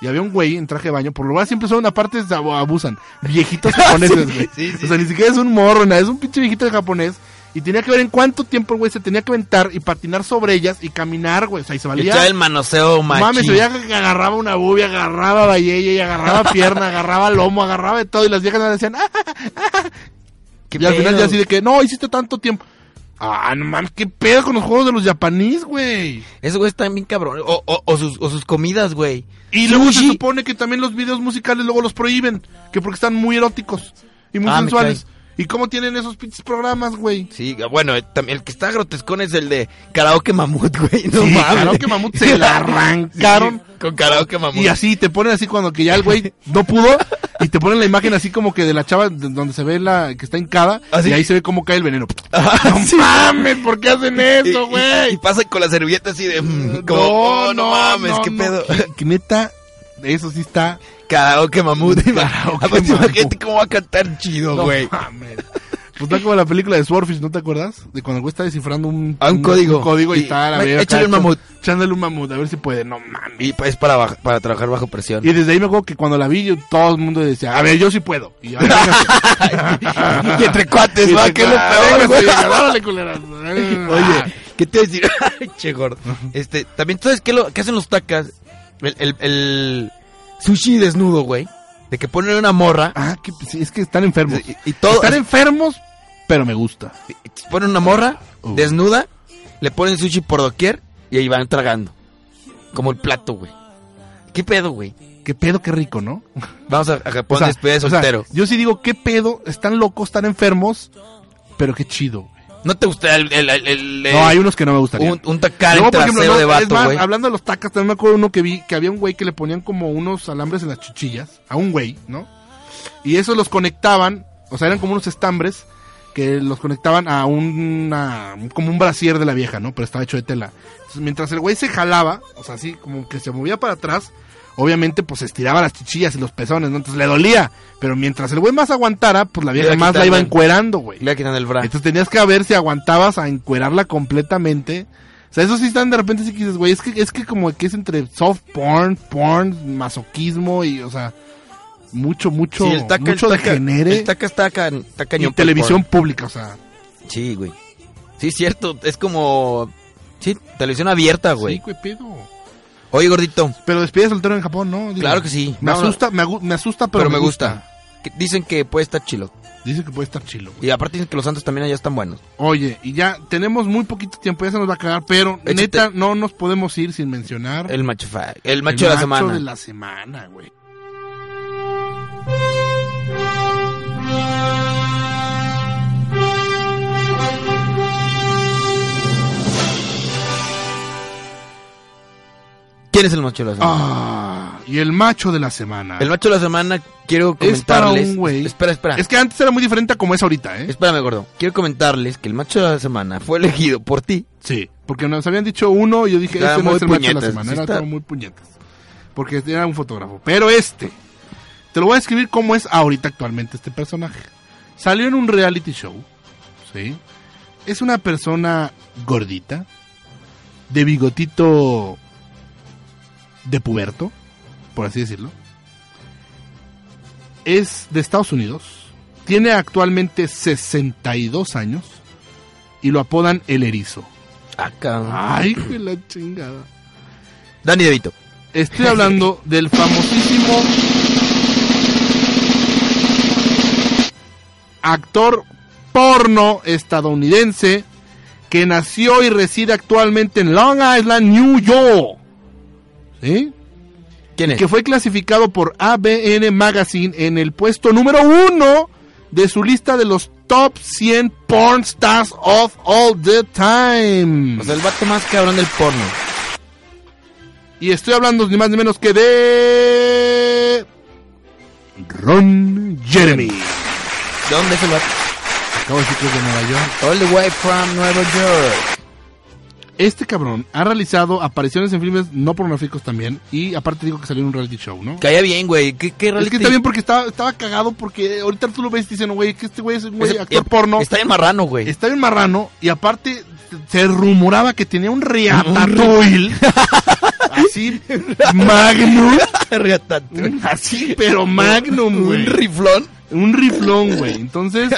S1: Y había un güey en traje de baño. Por lo menos siempre son una parte se ab- abusan. Viejitos japoneses, güey. O sea, ni siquiera es un morro, nada. Es un pinche viejito de japonés. Y tenía que ver en cuánto tiempo el güey se tenía que aventar y patinar sobre ellas y caminar, güey. O sea, y se
S10: Y
S1: valía.
S10: trae el manoseo machín.
S1: Mames, se veía que agarraba una bubia, agarraba vallella, y agarraba pierna, agarraba lomo, agarraba de todo. Y las viejas le decían, "Ah, ah, ah".
S10: ¿Qué
S1: Y al final
S10: pedo?
S1: ya así de que, no, hiciste tanto tiempo. Ah, no mames, qué pedo con los juegos de los japonís, güey.
S10: Esos güeyes están bien cabrones. O, o- o sus, o sus comidas, güey.
S1: Y luego se supone que también los videos musicales luego los prohíben, que porque están muy eróticos y muy
S10: Ah, me
S1: sensuales. ¿Y cómo tienen esos pinches programas, güey?
S10: Sí, bueno, eh, también el que está grotescón es el de karaoke mamut, güey. No
S1: Sí,
S10: mames.
S1: Karaoke Mamut se la arrancaron.
S10: Sí, con karaoke mamut.
S1: Y así, te ponen así cuando que ya el güey no pudo, y te ponen la imagen así como que de la chava d- donde se ve la que está hincada,
S10: ¿Ah, sí?
S1: y
S10: Ah,
S1: ahí se ve cómo cae el veneno. ¡No mames! ¿Por qué hacen eso,
S10: Y,
S1: güey?
S10: pasan con la servilleta así de. mm,
S1: No,
S10: como, oh, no,
S1: no,
S10: mames,
S1: no,
S10: qué
S1: no,
S10: pedo.
S1: Que neta, eso sí está...
S10: Karaoke mamut. Karaoke
S1: mamut.
S10: Imagínate cómo va a cantar chido,
S1: No
S10: güey.
S1: mames. Pues está como la película de Swordfish, ¿no te acuerdas? De cuando el güey está descifrando un,
S10: Ah, un código.
S1: código y,
S10: Y-
S1: tal, a
S10: Ay,
S1: ver.
S10: échale
S1: acá,
S10: un mamut.
S1: Echándole un mamut, a ver si puede. No mames.
S10: Y pues para, baj- para trabajar bajo presión.
S1: Y desde ahí me acuerdo que cuando la vi, yo- todo el mundo decía, a ver, yo "Ah, sí puedo. Y, a ver, véngase.
S10: Y entre cuates,
S1: Y
S10: ¿va?
S1: entre
S10: Que es lo
S1: cuates,
S10: peor,
S1: véngase,
S10: güey.
S1: venga, dale, culeras.
S10: Oye, ¿qué te iba a decir? Ay, che, gordo. Este, también, ¿sabes qué, lo, qué hacen los tacas? El, el, el sushi desnudo, güey. De que ponen una morra.
S1: Ah, que, sí, es que están enfermos.
S10: Y, y todo.
S1: Están enfermos, pero me gusta.
S10: Ponen una morra
S1: Uh.
S10: desnuda, le ponen sushi por doquier y ahí van tragando. Como el plato, güey. ¿Qué pedo, güey?
S1: Qué pedo, qué rico, ¿no?
S10: Vamos a, a Japón
S1: O sea,
S10: después de
S1: o sea,
S10: soltero.
S1: yo sí digo, qué pedo, están locos, están enfermos, pero qué chido.
S10: ¿No te gusta el... el, el- el- el-
S1: No, hay unos que no me gustaría.
S10: Eh, Un, un tacar
S1: Luego,
S10: en trasero de
S1: no, es
S10: vato,
S1: más,
S10: güey.
S1: hablando de los tacas, también me acuerdo uno que vi que había un güey que le ponían como unos alambres en las chuchillas a un güey, ¿no? Y esos los conectaban, o sea, eran como unos estambres que los conectaban a una como un brasier de la vieja, ¿no? Pero estaba hecho de tela. Entonces, mientras el güey se jalaba, o sea, así como que se movía para atrás, obviamente pues estiraba las chichillas y los pezones, ¿no? Entonces le dolía, pero mientras el güey más aguantara, pues la
S10: Le
S1: vieja
S10: iba
S1: más la iba
S10: quitando-
S1: encuerando, güey.
S10: Le quitan el bra.
S1: Entonces tenías que ver si aguantabas a encuerarla completamente. O sea, eso sí están de repente sí que dices, güey, es que, es que como que es entre soft porn, porn, masoquismo y, o sea, mucho, mucho,
S10: Sí, el taca,
S1: mucho
S10: el taca,
S1: degenere
S10: el taca está, ca- está
S1: y
S10: cañón. por
S1: televisión
S10: favor.
S1: pública, o sea.
S10: Sí, güey. Sí, cierto. Es como... Sí, televisión abierta, güey.
S1: Sí, güey, pedo.
S10: Oye, gordito.
S1: Pero despide soltero en Japón, ¿no? Digo,
S10: Claro que sí.
S1: Me
S10: No, no.
S1: asusta, me, agu- me asusta,
S10: Pero,
S1: pero,
S10: me gusta. Que- Dicen que puede estar chilo.
S1: Dicen que puede estar chilo.
S10: Y aparte dicen que los santos también allá están buenos.
S1: Oye, y ya tenemos muy poquito tiempo, ya se nos va a acabar, pero
S10: Échate.
S1: neta no nos podemos ir sin mencionar
S10: El macho, fa- el macho de la semana.
S1: de la semana, güey.
S10: ¿Quién es el macho de la semana?
S1: Ah, y el macho de la semana.
S10: El macho de la semana quiero
S1: Ah. Es para
S10: comentarles...
S1: un güey.
S10: Espera, espera.
S1: Es que antes era muy diferente a como es ahorita, ¿eh?
S10: Espérame, gordo. Quiero comentarles que el macho de la semana fue elegido por ti.
S1: Sí. Porque nos habían dicho uno y yo dije,
S10: Estaba
S1: este no
S10: muy
S1: es el macho de la
S10: puñetas,
S1: semana.
S10: sí
S1: Era
S10: está.
S1: todo muy puñetas. Porque era un fotógrafo. Pero este, te lo voy a escribir como es ahorita actualmente este personaje. Salió en un reality show. Sí. Es una persona gordita, de bigotito de puberto, por así decirlo. Es de Estados Unidos. Tiene actualmente 62 años y lo apodan el erizo.
S10: Ah,
S1: Ay, güey, la chingada.
S10: Dani DeVito.
S1: Estoy hablando del famosísimo actor porno estadounidense que nació y reside actualmente en Long Island, New York. ¿Sí?
S10: ¿Quién es?
S1: Que fue clasificado por ABN Magazine en el puesto número uno de su lista de los top 100 porn stars of all the time.
S10: O sea, el vato más cabrón del porno.
S1: Y estoy hablando ni más ni menos que de. Ron Jeremy.
S10: ¿De dónde es el vato?
S1: Acabo de decir que es de Nueva York.
S10: All the way from Nueva York.
S1: Este cabrón ha realizado apariciones en filmes no pornográficos también. Y aparte digo que salió en un reality show, ¿no?
S10: Caía bien, güey. ¿Qué, qué
S1: Es
S10: reality?
S1: que está bien porque estaba, estaba cagado porque ahorita tú lo ves y dicen, güey, que este güey es un güey
S10: Ese-
S1: actor porno.
S10: eh, Está bien marrano, güey.
S1: Está bien marrano y aparte se rumoraba que tenía un riatatouille. así, magnum.
S10: Riatatouille.
S1: Un- Así, pero magnum, güey.
S10: Un riflón.
S1: Un riflón, güey. Entonces,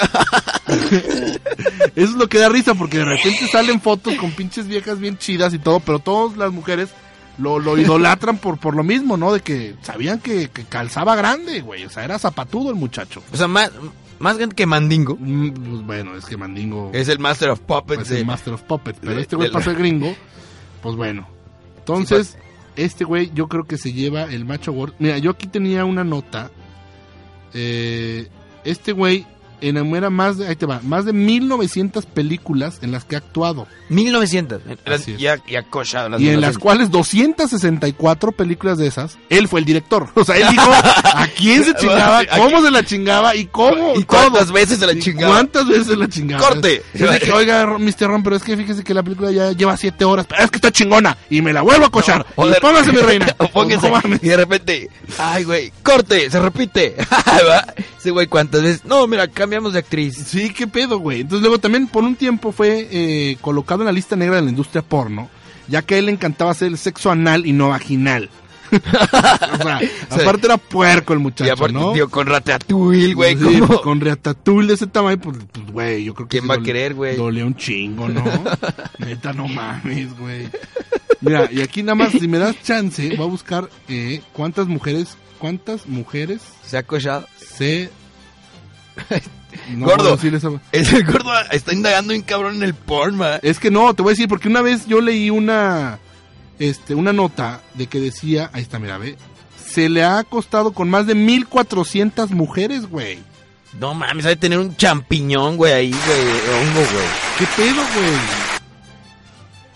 S1: eso es lo que da risa, porque de repente salen fotos con pinches viejas bien chidas y todo, pero todas las mujeres lo, lo idolatran por, por lo mismo, ¿no? De que sabían que, que calzaba grande, güey. O sea, era zapatudo el muchacho.
S10: O sea, más, más grande que Mandingo.
S1: Mm, pues bueno, es que Mandingo
S10: Es el Master of Puppets.
S1: es Pues el
S10: de-
S1: Master of Puppets, pero
S10: de-
S1: este güey
S10: de-
S1: pasó gringo, pues bueno. Entonces,
S10: pues.
S1: este güey yo creo que se lleva el macho gordo. Mira, yo aquí tenía una nota. Eh, este güey enamora más de, ahí te va, más de 1900 películas en las que ha actuado
S10: 1900.
S1: Así es.
S10: Y, ha- y ha cochado las
S1: y en las
S10: 1900.
S1: cuales 264 películas de esas, él fue el director. O sea, él dijo a quién se chingaba, cómo se la chingaba y cómo.
S10: ¿Y cuántas
S1: todo.
S10: veces se la
S1: ¿Y
S10: chingaba?
S1: ¿Cuántas veces se la chingaba?
S10: ¡Corte!
S1: Es de que, oiga, Ron- Mr. Ron, pero es que fíjese que la película ya lleva 7 horas. Pero es que está chingona y me la vuelvo a cochar.
S10: O
S1: y
S10: de-
S1: póngase mi reina.
S10: O póngase.
S1: No mames.
S10: y de repente, ay, güey, corte, se repite. ¿Va? Ese güey, ¿cuántas veces? No, mira, cambia cambiamos de actriz.
S1: Sí, qué pedo, güey. Entonces luego también por un tiempo fue eh, colocado en la lista negra de la industria porno, ya que a él le encantaba hacer el sexo anal y no vaginal. o sea, aparte era puerco el muchacho,
S10: Y aparte,
S1: ¿no?
S10: tío, con Ratatouille, güey.
S1: Sí,
S10: ¿cómo?
S1: pues, con Ratatouille de ese tamaño, pues, pues, güey, yo creo que...
S10: ¿Quién va a querer, güey?
S1: Dole un chingo, ¿no? Neta, no mames, güey. Mira, y aquí nada más, si me das chance, voy a buscar eh, cuántas mujeres, cuántas mujeres...
S10: Se ha acochado.
S1: Se... No puedo
S10: Gordo.
S1: decir esa-
S10: Es el gordo está indagando un cabrón en el porn, ma.
S1: Es que no, te voy a decir, porque una vez yo leí una, este, una nota de que decía, ahí está, mira, ve, se le ha acostado con más de 1400 mujeres, güey.
S10: No mames, sabe tener un champiñón, güey, ahí, güey, de hongo, güey.
S1: ¿Qué pedo, güey?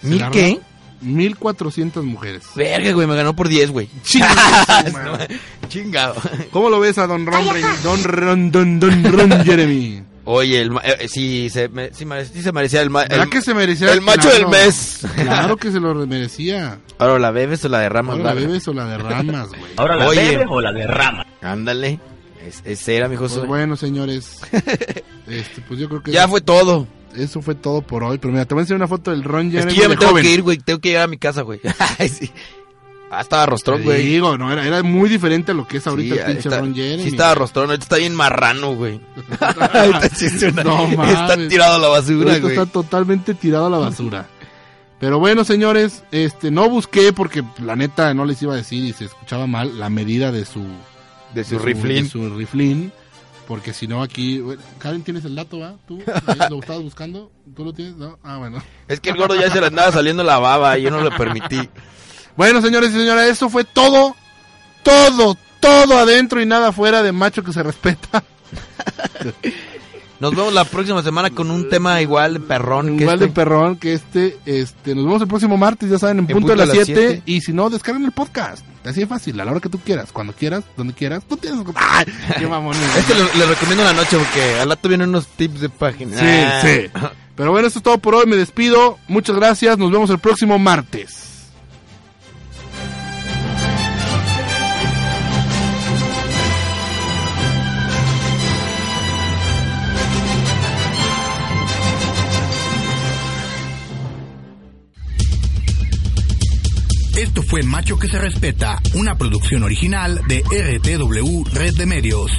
S10: ¿Mil
S1: ¿Será
S10: qué?
S1: 1400 mujeres.
S10: Verga, güey, me ganó por 10, güey. Chingado.
S1: ¿Cómo lo ves a Don Ron, Don Ron, Don, Don Ron Jeremy?
S10: Oye, el ma- eh, eh, sí, se me- sí, mare- sí se merecía el, ma-
S1: ¿Verdad
S10: el-
S1: que se merecía?
S10: el macho
S1: Claro,
S10: del mes.
S1: Claro que se lo merecía.
S10: Ahora la bebes o la derramas,
S1: Ahora la
S10: barra?
S1: bebes o la derramas, güey.
S10: Ah, pues, Oye,
S1: derramas.
S10: Ándale. Es, es era, mijo.
S1: Pues
S10: soy.
S1: bueno, señores. Este, pues yo creo que.
S10: Ya fue todo.
S1: Eso fue todo por hoy. Pero mira, te voy a enseñar una foto del Ron
S10: es
S1: Jeremy
S10: que yo ya
S1: de
S10: me tengo
S1: joven.
S10: que ir, güey. Tengo que llegar a mi casa, güey. Ay, sí. Ah, estaba rostrón,
S1: Te
S10: güey.
S1: Digo, no, era, era muy diferente a lo que es ahorita
S10: Sí,
S1: el pinche
S10: está-
S1: Ron Jeremy.
S10: Sí estaba rostrón, ahorita está bien marrano, güey. Ahorita sí es una-
S1: No mames.
S10: está tirado a la basura,
S1: Ahorita
S10: güey.
S1: Está totalmente tirado a la basura. Pero bueno, señores, este no busqué porque la neta no les iba a decir y se escuchaba mal la medida de su
S10: De su riflín.
S1: de su riflín, porque si no aquí bueno, Karen tienes el dato, ¿va? ¿Tú eh, lo estabas buscando? ¿Tú lo tienes? No. Ah, bueno.
S10: Es que el gordo ya se le andaba saliendo la baba y yo no lo permití.
S1: Bueno, señores y señoras, eso fue todo, todo, todo adentro y nada fuera de macho que se respeta.
S10: Nos vemos la próxima semana con un tema igual de perrón. que
S1: Igual de
S10: este.
S1: perrón que este, este, nos vemos el próximo martes, ya saben, en, punto, de las 7. Y si no, descarguen el podcast. Así de fácil, a la hora que tú quieras, cuando quieras, donde quieras. Tú tienes. ¡Ay! ¡Qué mamón!
S10: Este lo- le recomiendo en la noche porque al rato vienen unos tips de página.
S1: Sí, sí. Pero bueno, eso es todo por hoy. Me despido. Muchas gracias. Nos vemos el próximo martes.
S7: Esto fue Macho que se respeta, una producción original de RTW Red de Medios.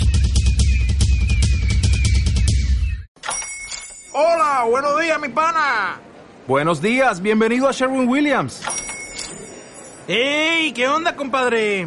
S15: Hola, buenos días, mi pana.
S16: Buenos días, bienvenido a Sherwin Williams.
S15: ¡Ey! ¿Qué onda, compadre?